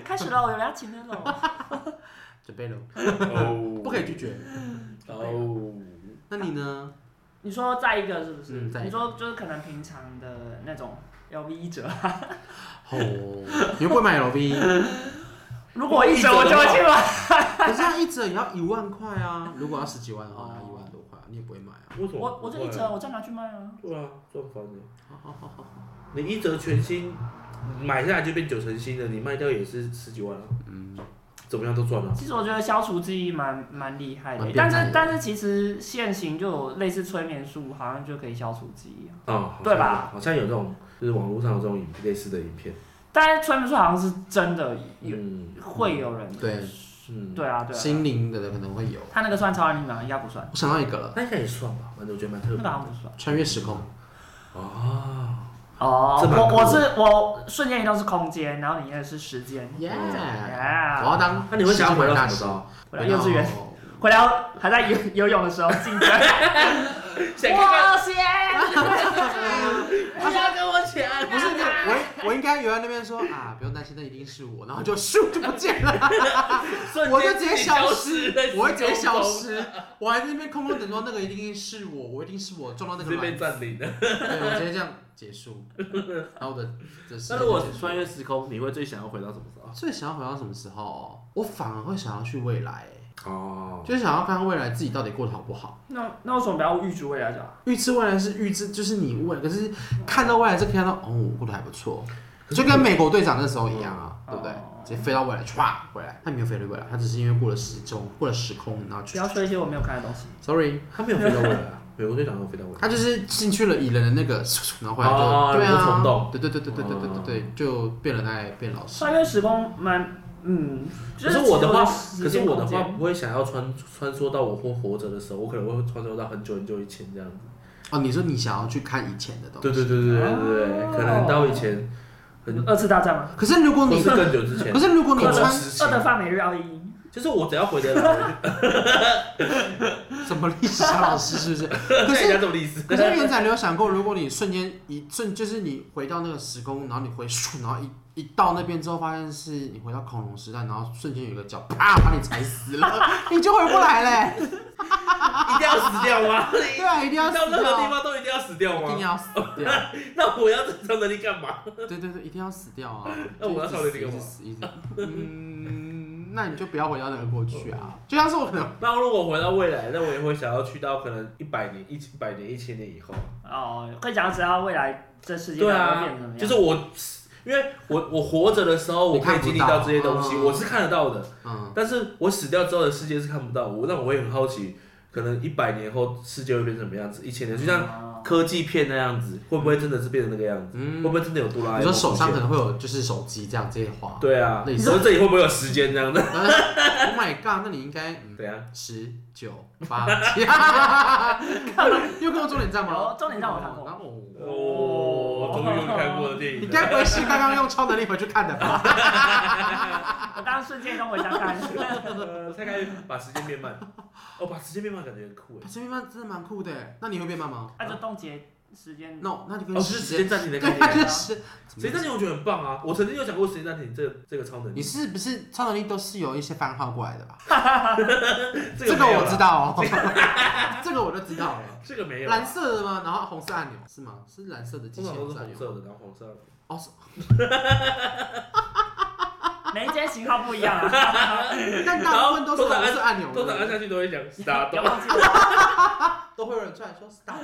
Speaker 3: 开始了，我有要请了哦喽。
Speaker 1: 准备了，
Speaker 2: 哦
Speaker 1: 不可以拒 绝。
Speaker 2: 哦，
Speaker 1: 那你呢？
Speaker 3: 你说再一个是不是？
Speaker 1: 嗯再一个
Speaker 3: 你说就是可能平常的那种 LV 折，
Speaker 1: 哦，你又不会买 LV，
Speaker 3: 如果我一折我就会去买。
Speaker 1: 可是它一折也要一万块啊！如果要十几万的
Speaker 2: 哦
Speaker 1: 话，那一万多块，你也不会买啊。
Speaker 2: 为什么？
Speaker 3: 我我就一折，我再拿去卖啊。
Speaker 2: 对啊，赚翻了。你一折全新买下来就变九成新的，你卖掉也是十几万啊，
Speaker 1: 嗯，
Speaker 2: 怎么样都赚了。
Speaker 3: 其实我觉得消除记忆蛮蛮厉害的
Speaker 1: 蛮，变
Speaker 3: 但
Speaker 1: 态的
Speaker 3: 是但是其实现行就有类似催眠术，好像就可以消除记忆啊。
Speaker 2: 啊，
Speaker 3: 对吧？
Speaker 2: 好像有这种，就是网络上有这种影类似的影片，
Speaker 3: 但是催眠术好像是真的有
Speaker 2: 嗯，
Speaker 3: 会有人
Speaker 1: 对
Speaker 2: 嗯，
Speaker 3: 对啊，对啊。
Speaker 1: 心灵的可能会有。
Speaker 3: 他那个算超能力吗？应该不算，
Speaker 1: 我想到一个了，
Speaker 2: 那应该也算吧，反正我觉得蛮特
Speaker 3: 那
Speaker 2: 别
Speaker 3: 个好像
Speaker 2: 的。
Speaker 3: 不算。
Speaker 1: 穿越时空。
Speaker 2: 哦，
Speaker 3: 哦，
Speaker 2: 这蛮
Speaker 3: 我
Speaker 2: 酷
Speaker 3: 我
Speaker 2: 的
Speaker 3: 是我瞬间移动是空间，然后你那是时间。
Speaker 1: 耶！我
Speaker 3: Yeah，
Speaker 1: 要当。
Speaker 2: 那你会想要回到
Speaker 1: 大
Speaker 2: 什
Speaker 1: 师？
Speaker 2: 么
Speaker 3: 回到幼稚园，回到还在游游泳的时候竞争。
Speaker 2: 时候？
Speaker 3: 我先，
Speaker 2: 不要跟我啊抢！
Speaker 1: 不是，我我应该留在那边说啊，不用担心，那一定是我，然后就咻就不见了，
Speaker 2: 瞬
Speaker 1: 我
Speaker 2: 间
Speaker 1: 就直接
Speaker 2: 自己
Speaker 1: 消
Speaker 2: 失
Speaker 1: 失
Speaker 2: 在，
Speaker 1: 我会直接
Speaker 2: 时空
Speaker 1: 消
Speaker 2: 中，
Speaker 1: 失，我还在那边空空等说那个一定是我，我一定是我撞到那个
Speaker 2: 直接被
Speaker 1: 篮子，
Speaker 2: 占领了。
Speaker 1: 对，我直接这样结 束，然后我的这是
Speaker 2: 那如果穿越时空，你会最想要回到什么时候？
Speaker 1: 最想要回到什么时候哦？我反而会想要去未来，
Speaker 2: 哦，
Speaker 1: 就是想要看看未来自己到底过得好不好。
Speaker 3: 那那为什么不要预知未来就好？
Speaker 1: 预知未来是预知，就是你未，可是看到未来是看到哦，我过得还不错，就跟美国队长那时候一样啊，对不对？
Speaker 3: 哦
Speaker 1: 直接飞到未来，歘回来，他没有飞到未来，他只是因为过了时钟，过了时空，然后
Speaker 3: 不
Speaker 1: 去
Speaker 3: 要。说一些我没有看的东西。
Speaker 1: Sorry，
Speaker 2: 他没有飞到未来啊，美国队长没有飞到未来。
Speaker 1: 他就是进去了蚁人的那个，然后回来就、
Speaker 2: 哦
Speaker 1: 对
Speaker 2: 有个虫洞
Speaker 1: 啊，对对对对对对对对对，就变了大概变老师。
Speaker 3: 穿越时空蛮，嗯，就
Speaker 2: 可是我的话，可
Speaker 3: 时
Speaker 2: 是
Speaker 3: 间
Speaker 2: 我的
Speaker 3: 空间
Speaker 2: 话不会想要穿穿梭到我或活着的时候，我可能会穿梭到很久很久以前这样子。
Speaker 1: 哦，你说你想要去看以前的东西？
Speaker 2: 对对对对对对对，
Speaker 3: 哦
Speaker 2: 可能到以前很，
Speaker 3: 二次大战吗？
Speaker 1: 可是如果
Speaker 2: 或
Speaker 1: 你
Speaker 2: 是，更久之前
Speaker 1: 可，是如果你
Speaker 2: 可能
Speaker 1: 穿
Speaker 2: 时期
Speaker 3: 二，的泛美日奥运。
Speaker 2: 就是我只要回得来，
Speaker 1: 什么历史小老师是不是？ 可
Speaker 2: 看
Speaker 1: 是
Speaker 2: 一下这种历史。
Speaker 1: 可是元仔，你有想过，如果你瞬间一瞬，就是你回到那个时空，然后你回，咻然后一一到那边之后，发现是你回到恐龙时代，然后瞬间有一个脚啪把你踩死 了，你就回不来嘞。
Speaker 2: 一定要死掉吗？
Speaker 1: 对啊，一定要
Speaker 2: 到
Speaker 1: 死
Speaker 2: 任何地
Speaker 1: 掉，
Speaker 2: 方都一定要死掉
Speaker 1: 一定
Speaker 2: 吗？
Speaker 1: 要死掉。
Speaker 2: 那我要正常能力干嘛？
Speaker 1: 对对对，一定要死掉啊！
Speaker 2: 那哦我要
Speaker 1: 就
Speaker 2: 考虑这个
Speaker 1: 一直
Speaker 2: 吗
Speaker 1: 死一直死。嗯，那你就不要回到那个过去啊。就像是我可能，
Speaker 2: 那如果回到未来，那我也会想要去到可能一百年、一一百年、一千年以后。
Speaker 3: 哦，会讲只要未来这世界
Speaker 2: 对
Speaker 3: 会
Speaker 2: 啊
Speaker 3: 变成怎么样？，
Speaker 2: 就是我，因为我我活着的时候，我可以经历到这些东西，
Speaker 1: 你看不到
Speaker 2: 我是看得到的。
Speaker 1: 嗯，
Speaker 2: 但是我死掉之后的世界是看不到的，我那我也很好奇，可能一百年后世界会变成什么样子？一千年就像
Speaker 3: 像
Speaker 2: 科技片那样子，会不会真的是变成那个样子？
Speaker 1: 嗯嗯
Speaker 2: 会不会真的有哆啦 A 梦？
Speaker 1: 你说手上可能会有就是手机这样这些滑。
Speaker 2: 对啊，
Speaker 1: 类
Speaker 2: 你
Speaker 1: 似
Speaker 2: 说这里会不会有时间这样的？
Speaker 1: 然后，Oh my god！那你应该嗯
Speaker 2: 对啊，
Speaker 1: 十九八七，又跟我重点站吗
Speaker 3: 有？重点站我看过
Speaker 1: 然后我
Speaker 2: 哦，终于有你看过的电影
Speaker 1: 你
Speaker 2: 了。
Speaker 1: 该不会是刚刚用超能力回去看的 吧？
Speaker 3: 我刚刚瞬间跟我相 干。
Speaker 2: 呃，大概把时间变慢，哦，把时间变慢感觉很酷哎。
Speaker 1: 这边慢真的蛮酷的，欸那你会变慢吗
Speaker 3: 那就冻结时间。
Speaker 1: ？No，那你
Speaker 2: 哦，
Speaker 1: 跟
Speaker 2: 是时间暂停的概
Speaker 1: 对，它
Speaker 2: 念啊。
Speaker 1: 就是时
Speaker 2: 时间暂停我觉得很棒啊！我曾经有讲过时间暂停这个这个超能
Speaker 1: 你
Speaker 2: 力，
Speaker 1: 是不是超能力都是由一些番号过来的吧？
Speaker 2: 这
Speaker 1: 嗯这个
Speaker 2: 没有
Speaker 1: 我
Speaker 2: 啦
Speaker 1: 知，道哦， 这个我就知道了。
Speaker 2: 这个没有啊，
Speaker 1: 蓝色的吗？然后红色按钮是吗？是蓝色的机
Speaker 2: 通
Speaker 1: 器
Speaker 2: 常
Speaker 1: 红
Speaker 2: 都是
Speaker 1: 色按
Speaker 2: 红
Speaker 1: 钮。
Speaker 2: 色的，然后红色的。
Speaker 1: 哦，是
Speaker 3: 每一间型号不一样啊，
Speaker 1: 但大部分都是红色按钮。
Speaker 2: 通常按下去都会讲 start，
Speaker 3: 不 要忘记了。
Speaker 1: 都会有人出来说 stop。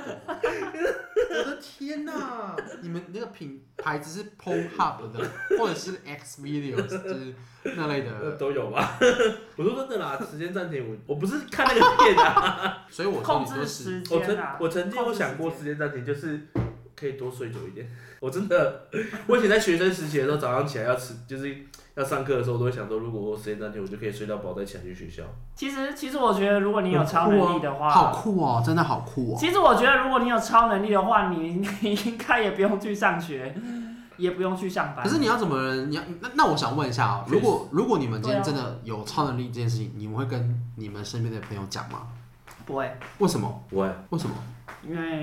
Speaker 1: 我的天哪！你们那个品牌子是 Pornhub 的，或者是 X Videos，就是那类
Speaker 2: 呃
Speaker 1: 的。
Speaker 2: 都有吧？ 我说真的啦，时间暂停我我不是看那个片啊，
Speaker 1: 所以我说
Speaker 3: 控
Speaker 1: 你说
Speaker 3: 制
Speaker 1: 是
Speaker 3: 时
Speaker 2: 我
Speaker 3: 间
Speaker 2: 曾
Speaker 3: 啊，
Speaker 2: 我曾经有想过时间暂停，就是可以多睡久一点。 我真的，我以前在学生时期的时候，早上起来要吃，就是要上课的时候，我都会想说，如果我有时间暂停，我就可以睡到饱再起来去学校。
Speaker 3: 其实其实我觉得，如果你有超能力的
Speaker 1: 好
Speaker 2: 啊
Speaker 3: 话，
Speaker 1: 酷哦，真的好酷哦。
Speaker 3: 其实我觉得如果你有超能力的话，你 你应该也不用去上学，也不用去上班
Speaker 1: 可。是你要怎么？你要那那我想问一下哦，
Speaker 2: 确实
Speaker 1: 如果如果你们今天
Speaker 3: 嗯对
Speaker 1: 真
Speaker 3: 啊
Speaker 1: 的有超能力这件事情，你们会跟你们身边的朋友讲吗？
Speaker 3: 不会，
Speaker 1: 为什么？
Speaker 2: 不会，
Speaker 1: 为什么？
Speaker 3: 因为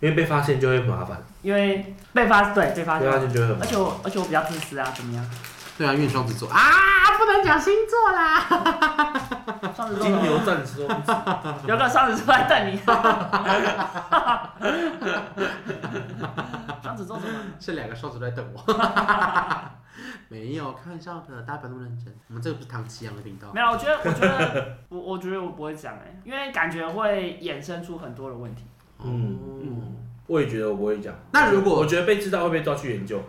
Speaker 2: 因为被发现就会麻烦，
Speaker 3: 因为被发对啊被发
Speaker 2: 被发
Speaker 3: 现，
Speaker 2: 现就会很麻
Speaker 3: 而
Speaker 2: 烦。
Speaker 3: 且我而且我比较自私啊，怎 么样？
Speaker 1: 对啊，因为你双子座啊，不能讲星座啦。
Speaker 3: 双子座
Speaker 2: 金
Speaker 3: 的
Speaker 2: 牛战士，
Speaker 3: 有个双子座在瞪 你。 双子座怎么了？
Speaker 1: 是两个双子座在等我。 没有，开玩笑的，大家不要那么认真。我们这个不是唐奇阳的频道。
Speaker 3: 没有，我觉得，我觉得，我我觉得我不会讲哎、因为感觉会衍生出很多的问题。
Speaker 2: 嗯
Speaker 1: 嗯，
Speaker 2: 我也觉得我不会讲。
Speaker 1: 那如果
Speaker 2: 我觉得被知道会被抓去研究，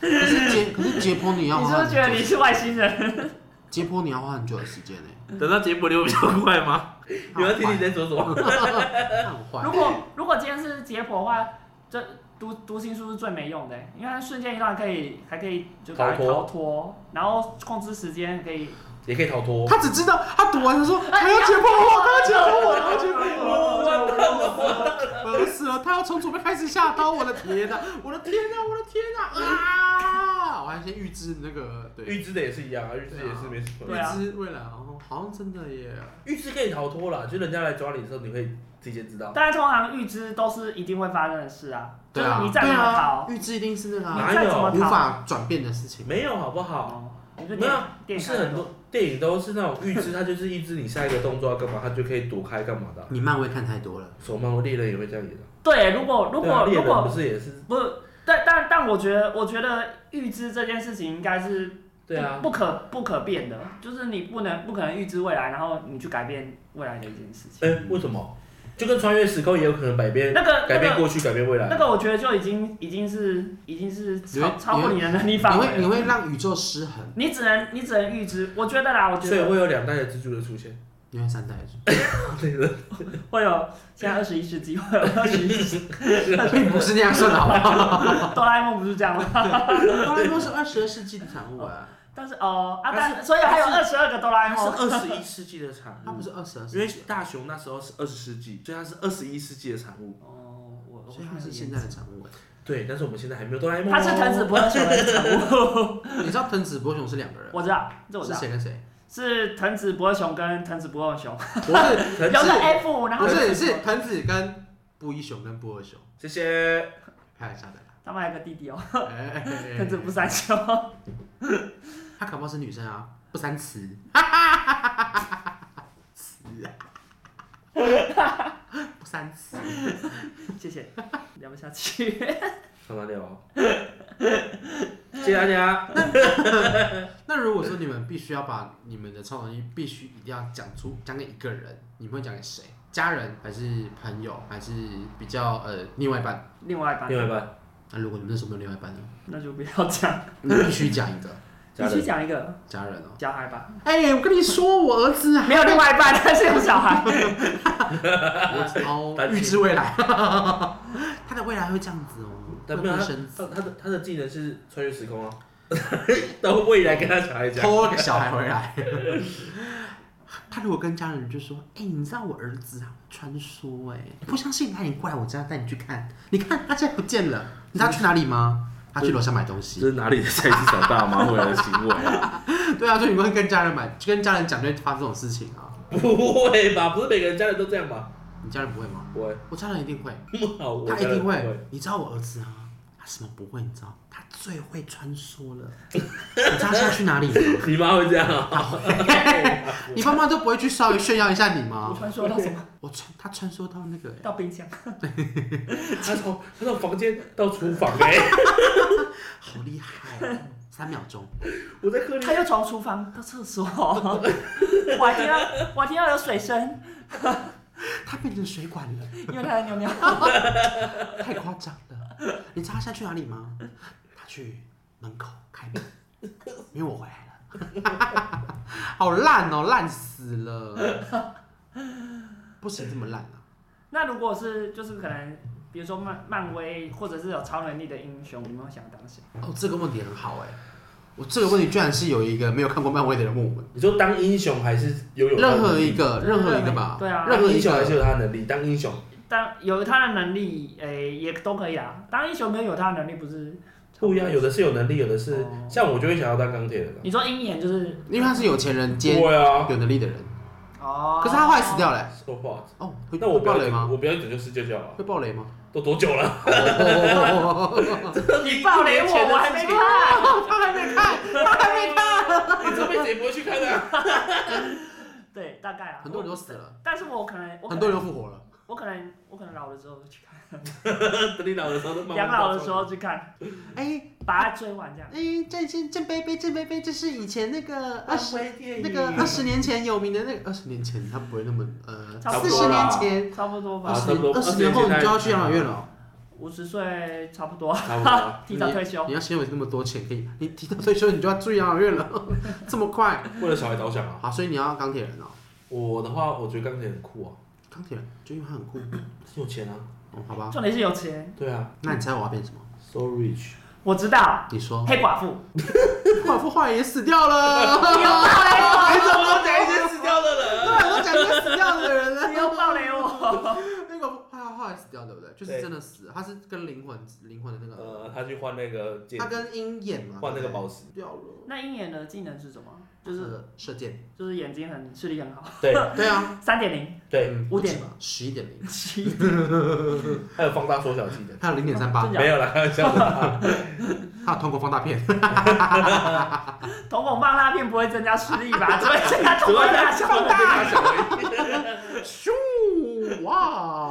Speaker 1: 可是解可是解剖你
Speaker 3: 你
Speaker 1: 要
Speaker 3: 是
Speaker 1: 花
Speaker 3: 不
Speaker 1: 很
Speaker 3: 是觉得你
Speaker 1: 久，
Speaker 3: 是外星人？
Speaker 1: 解剖你要花很久的时 间呢、
Speaker 2: 嗯等到结果你会比较快 吗？你要听你在说什么？
Speaker 1: 欸。很
Speaker 3: 如
Speaker 1: 坏。
Speaker 3: 果如果今天是解剖的话，这读读心术是最没用的，欸因为它瞬间移动还可以，还可以就赶快
Speaker 2: 逃脱
Speaker 3: 逃脱，然后控制时间可以。
Speaker 2: 也可以逃脱。
Speaker 1: 他只知道他读完他说他要解剖我，他要解剖我，他要解剖我，
Speaker 3: 我完蛋了！
Speaker 1: 我要死了，他要从左边开始下刀，我的天哪，我的天哪，我的天哪啊！我还先预知那个对
Speaker 2: 预知的也是一样啊，预知也是没什么。
Speaker 3: 对啊
Speaker 1: 预知未来，哦，好像真的耶。
Speaker 2: 预知可以逃脱啦，就人家来抓你的时候，你会提前知道。
Speaker 3: 大家通常预知都是一定会发生的事啊，就
Speaker 1: 对
Speaker 3: 是
Speaker 1: 啊，
Speaker 3: 你
Speaker 1: 对
Speaker 3: 再怎么
Speaker 1: 啊
Speaker 3: 逃，，
Speaker 1: 预知一定是那个啊
Speaker 2: 哪
Speaker 3: 你再怎么
Speaker 1: 无
Speaker 3: 逃，
Speaker 1: 法转变的事情。
Speaker 2: 没有好不好？
Speaker 3: 哦你就
Speaker 2: 没
Speaker 3: 电
Speaker 2: 有，啊不
Speaker 3: 电
Speaker 2: 是很多电影都是那种预知，它就是预知你下一个动作要干嘛，它就可以躲开干嘛的啊。
Speaker 1: 你漫威看太多了，
Speaker 2: 手漫猎人也会这样演啊。
Speaker 3: 对，如果如
Speaker 2: 对啊
Speaker 3: 果
Speaker 2: 猎
Speaker 3: 如
Speaker 2: 人
Speaker 3: 果
Speaker 2: 不是也是？
Speaker 3: 不是，但但但我觉得，我觉得预知这件事情应该是
Speaker 2: 对啊，
Speaker 3: 不可不可变的，就是你不能不可能预知未来，然后你去改变未来的一件事情。
Speaker 2: 哎、为什么？就跟穿越时空也有可能改变，
Speaker 3: 那个
Speaker 2: 改变
Speaker 3: 那个
Speaker 2: 过去，改变未来。
Speaker 3: 那个，我觉得就已经已经是已经是
Speaker 1: 你
Speaker 3: 超
Speaker 1: 会
Speaker 3: 超过你的能力
Speaker 1: 你
Speaker 3: 范
Speaker 1: 会
Speaker 3: 围
Speaker 1: 你
Speaker 3: 了。
Speaker 1: 会让宇宙失衡，
Speaker 3: 你只能你只能预知，我觉得啦，我觉
Speaker 2: 所以
Speaker 3: 得
Speaker 2: 会有两代的蜘蛛的出现。
Speaker 1: 因为三代人
Speaker 2: 对的，
Speaker 3: 会有现在二十一世纪会有二十一世纪，
Speaker 1: 并不是那样算的，好不好？
Speaker 3: 哆啦 A 梦不是这样吗？
Speaker 1: 哆啦 A 梦是二十二世纪的产物啊，
Speaker 3: 但是哦啊，
Speaker 2: 但是
Speaker 3: 但所以还有二十哦二个哆啦 A
Speaker 2: 它是
Speaker 3: 梦，
Speaker 2: 二十一世纪的
Speaker 3: 哦
Speaker 2: 产
Speaker 1: 它
Speaker 2: 物
Speaker 1: 不，是二十二世纪，
Speaker 2: 因为大雄那时候是二十世纪，所以它是二十一世纪的产物。
Speaker 3: 哦，我我
Speaker 1: 所以它是现在的产物。啊
Speaker 2: 对，但是我们现在还没有哆啦 A 梦哦。
Speaker 3: 他是藤子不二雄的产物，
Speaker 1: 你知道藤子不二雄是两个人，
Speaker 3: 我知道，这我知
Speaker 1: 是
Speaker 3: 道，
Speaker 1: 谁跟 谁？
Speaker 3: 是藤子不二雄跟藤子不二雄，
Speaker 1: 不是
Speaker 2: 藤
Speaker 3: 有
Speaker 2: 子
Speaker 3: 个 F，然后
Speaker 1: 不是是藤子跟不一雄跟不二雄，
Speaker 2: 谢谢。
Speaker 1: 开玩笑的啦。
Speaker 3: 他们还有个弟弟哦，
Speaker 1: 哎 哎哎哎
Speaker 3: 藤子不三雄，
Speaker 1: 她搞不好是女生啊，不三 雌。雌啊， 不三雌。
Speaker 3: 谢谢，聊不下去，
Speaker 2: 好难聊哦。谢谢大家。
Speaker 1: 那如果说你们必须要把你们的超能力必须一定要讲出讲给一个人，你们会讲给谁？家人还是朋友还是比较呃另外一半？
Speaker 3: 另外一半
Speaker 2: 另外一半，
Speaker 1: 那如果你们那时候没有另外一半呢？
Speaker 3: 那就不要讲，
Speaker 1: 你必须讲一个
Speaker 2: 家
Speaker 3: 你去
Speaker 2: 人，
Speaker 3: 讲一个
Speaker 1: 家人哦。
Speaker 3: 小孩吧，
Speaker 1: 哎、我跟你说，我儿子
Speaker 3: 没有另外一半，但是有小孩，
Speaker 1: 哦，
Speaker 2: 担心
Speaker 1: 预知未来， 他的未来会这样子哦，
Speaker 2: 但没有
Speaker 1: 会
Speaker 2: 他
Speaker 1: 生
Speaker 2: 他他的他的技能是穿越时空 啊，到未来跟他小孩讲。
Speaker 1: 偷了个小孩回来。他如果跟家人就说：“哎、你知道我儿子啊，穿梭哎、你不相信？那你过来我家带你去看，你看他现在不见了，你知道他去哪里吗？他去楼下买东
Speaker 2: 这
Speaker 1: 西。
Speaker 2: 是哪里的菜市场大妈回来的行为啊？
Speaker 1: 对啊，所以你会跟家人买，就跟家人讲就会发生这种事情啊。
Speaker 2: 不会吧？不是每个人家人都这样吧？
Speaker 1: 你家人不会吗？
Speaker 2: 不会，
Speaker 1: 我家人一定会。
Speaker 2: 不好，我
Speaker 1: 他
Speaker 2: 家
Speaker 1: 一
Speaker 2: 人
Speaker 1: 定
Speaker 2: 不
Speaker 1: 会。。你知道我儿子啊，他什么不会？你知道，他最会穿梭了。你知道他现在去哪里吗？
Speaker 2: 你妈会这样啊？
Speaker 1: 你爸妈都不会去稍微炫耀一下你
Speaker 3: 我
Speaker 1: 吗？
Speaker 3: 传说到什么？
Speaker 1: 我穿他穿梭到那个、欸，
Speaker 3: 到冰箱，
Speaker 2: 他从他从房间到厨房 哎、
Speaker 1: 好厉害哦、三秒钟，
Speaker 2: 我在客厅
Speaker 3: 他。又从厨房到厕所， 我还听到我还听到有水声，
Speaker 1: 他变成水管 了，
Speaker 3: 因为他在尿 尿，
Speaker 1: 太夸张了。你知道他现在去哪里吗？他去门口开门，因为我回来了。 好烂哦、烂死了！不行，这么烂啊！
Speaker 3: 那如果是就是可能。比如说漫漫威，或者是有超能力的英雄，你们会想当谁？
Speaker 1: 哦，这个问题很好哎、我这个问题居然是有一个没有看过漫威的人问我们，
Speaker 2: 你说当英雄还是拥有他的
Speaker 1: 任
Speaker 2: 能
Speaker 1: 何
Speaker 2: 力
Speaker 1: 一个，任何一个吧，
Speaker 3: 对啊
Speaker 1: 任
Speaker 2: 当
Speaker 1: 何
Speaker 2: 英
Speaker 1: 一
Speaker 2: 雄还是
Speaker 1: 个，
Speaker 2: 有他的能力，当英雄
Speaker 3: 但有他的能力，诶、也都可以啊。当英雄跟有他的能力不是
Speaker 2: 不一样，有的是有能力，有的是、
Speaker 3: 哦
Speaker 2: 像我就会想要当钢铁人啊。
Speaker 3: 你说鹰眼就是
Speaker 1: 因为他是有钱人兼
Speaker 2: 对啊，
Speaker 1: 有能力的人，
Speaker 3: 哦，
Speaker 1: 可是他后来死。掉了、欸。
Speaker 2: 说话。
Speaker 1: 哦，会
Speaker 2: 那我
Speaker 1: 会
Speaker 2: 不
Speaker 1: 爆
Speaker 2: 要
Speaker 1: 雷吗？
Speaker 2: 我不要拯救世界就好了。
Speaker 1: 会爆雷吗？
Speaker 2: 都多久了？
Speaker 1: 哦
Speaker 3: 你爆雷我，我还没看。
Speaker 1: 他还 没看，他还没看。
Speaker 2: 你这辈子也不会去看 的、啊。
Speaker 3: 对，大概啊。
Speaker 1: 很多人都死了，
Speaker 3: 我，但是我可能，我
Speaker 1: 很
Speaker 3: 可能
Speaker 1: 多人都复活了。
Speaker 3: 我可能，我可能老了之后去看，
Speaker 2: 等你老的时候都慢慢
Speaker 3: 养老的
Speaker 2: 爆
Speaker 3: 时
Speaker 2: 出来
Speaker 3: 候去看，
Speaker 1: 哎
Speaker 3: 把它追完这样。
Speaker 1: 哎，郑先郑贝贝郑贝贝，这是以前那个二十
Speaker 2: 漫威电影
Speaker 1: 那个二十年前有名的那个二十年前，他不会那么呃
Speaker 3: 差
Speaker 1: 四
Speaker 3: 不
Speaker 1: 十
Speaker 3: 多
Speaker 1: 年
Speaker 3: 啦
Speaker 1: 前。
Speaker 3: 差不多吧
Speaker 1: 二
Speaker 2: 啊，差
Speaker 1: 十
Speaker 2: 不
Speaker 1: 年
Speaker 2: 多
Speaker 1: 二十年后
Speaker 2: 20
Speaker 1: 你
Speaker 2: 年
Speaker 1: 就要去养老院了哦，
Speaker 3: 五十岁差不多，
Speaker 2: 差不多。
Speaker 3: 提早退休
Speaker 1: 你。要先有那么多钱可以，你提到退休你就要住养老院了， 这么快？
Speaker 2: 为了小孩着想啊。
Speaker 1: 好，所以你要钢铁人哦，
Speaker 2: 我的话，我觉得钢铁很酷啊，
Speaker 1: 钢铁人就因为他很酷，
Speaker 2: 很有钱啊，
Speaker 1: 哦，好吧，
Speaker 3: 重点是有钱。
Speaker 2: 对啊
Speaker 1: 那你猜我要变什么？
Speaker 2: ，so rich。
Speaker 3: 我知道，
Speaker 1: 你说，
Speaker 3: 黑寡 妇。
Speaker 1: 寡妇后来也死掉了，
Speaker 3: 你又爆雷
Speaker 2: 你怎
Speaker 3: 我！
Speaker 2: 么讲一些死掉的
Speaker 1: 对，
Speaker 2: 人？
Speaker 1: 我讲一个死掉的人
Speaker 3: 你
Speaker 1: 了。
Speaker 3: 又爆雷哦我！
Speaker 1: 那个后来后来死掉，对不对？就是
Speaker 2: 对
Speaker 1: 真的死，他是跟灵魂灵魂的那个，
Speaker 2: 呃，他去换那个戒
Speaker 1: 他
Speaker 2: 指，
Speaker 1: 跟鹰眼嘛，
Speaker 2: 换那
Speaker 1: 对
Speaker 2: 个
Speaker 1: 不对
Speaker 2: 宝石。
Speaker 1: 掉了，
Speaker 3: 那鹰眼的技能是什么？就是
Speaker 1: 呃射箭，
Speaker 3: 就是眼睛很视力很好，
Speaker 2: 对
Speaker 1: 对啊，
Speaker 3: 三点零，
Speaker 2: 对，
Speaker 3: 5.0
Speaker 1: 吧，十一点零，
Speaker 2: 还有放大缩小技能。
Speaker 1: 还有零点三八
Speaker 3: 真，假
Speaker 2: 没有啦，开玩笑的。
Speaker 1: 还有通过放大片，
Speaker 3: 瞳孔放大片不会增加视力吧？只会增加瞳
Speaker 2: 主
Speaker 3: 孔
Speaker 2: 要
Speaker 3: 大
Speaker 2: 是
Speaker 3: 小。
Speaker 2: 放大小而已。
Speaker 1: 咻哇，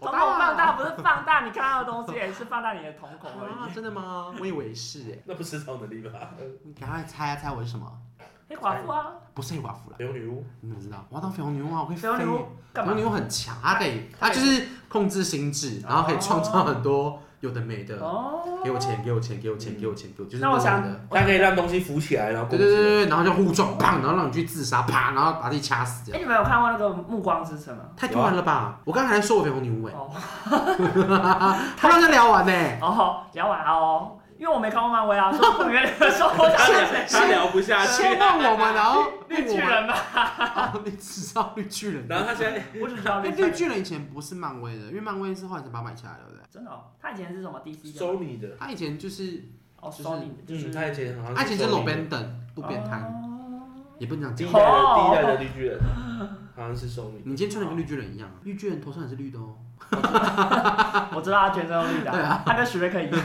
Speaker 3: 瞳
Speaker 1: 好
Speaker 3: 孔
Speaker 1: 大啊
Speaker 3: 放大不是放大你看到的东西，也是放大你的瞳孔 而
Speaker 1: 啊，
Speaker 3: 已。
Speaker 1: 真的吗？我以为是哎，
Speaker 2: 那不是超能力吧？
Speaker 1: 你赶快猜啊猜我是什么？
Speaker 3: 黑寡妇啊，
Speaker 1: 不是黑寡妇啦，
Speaker 2: 没有女巫，
Speaker 1: 你怎么知道？我要当绯红女巫啊，我可以
Speaker 3: 绯红女巫
Speaker 1: 飞然
Speaker 3: 干
Speaker 1: 后
Speaker 3: 嘛？
Speaker 1: 你又很强，它可以，它就是控制心智，然后可以创造很多有的没的。
Speaker 3: 哦，
Speaker 1: 给我钱，给我钱，给我钱，给我钱，给我钱，就是
Speaker 3: 那我想
Speaker 1: 种的。
Speaker 2: 它可以让东西浮起来，然后
Speaker 1: 对
Speaker 2: 攻
Speaker 1: 对对
Speaker 2: 击。
Speaker 1: 对，然后就互撞，砰，然后让你去自杀，啪，然后把自己掐死，这
Speaker 3: 哎，
Speaker 1: 样
Speaker 3: 你们有看过那个《暮光之城》吗？
Speaker 1: 太突然了
Speaker 3: 啊
Speaker 1: 吧！我刚才还说我绯红女巫哎，
Speaker 3: 哦
Speaker 1: 他刚才聊完呢，
Speaker 3: 哦，聊完哦，因为我没看过漫威啊，所以我原来说我想
Speaker 2: 他他聊不下去，
Speaker 1: 先问我们，然后
Speaker 3: 绿
Speaker 1: 问
Speaker 3: 巨
Speaker 1: 我们，
Speaker 3: 人吧，
Speaker 1: 哦你知道绿巨 人？
Speaker 2: 然后他现在
Speaker 3: 我只知道
Speaker 1: 哎
Speaker 3: 绿巨
Speaker 1: 绿
Speaker 3: 人。
Speaker 1: 巨人以前不是漫威的，因为漫威是后来才把它买下来的，对不对？
Speaker 3: 真的哦，他以前是什么 DC 的吗？
Speaker 2: 收你的，
Speaker 1: 他以前就是，
Speaker 3: 哦
Speaker 1: 就是
Speaker 3: ，Sony 的，就是
Speaker 2: 嗯，他以前好像
Speaker 1: 他以前是
Speaker 2: Sony 的
Speaker 1: 裸奔等路边摊，
Speaker 3: 哦
Speaker 1: 也不能讲
Speaker 2: 第
Speaker 1: 这
Speaker 2: 一
Speaker 1: 样。
Speaker 2: 代的第一代的绿巨人，好像是收你。
Speaker 1: 你今天穿的跟绿巨人一样，啊绿巨人头上也是绿的哦。
Speaker 3: 我知道他全身都绿的啊，他跟许瑞克一样。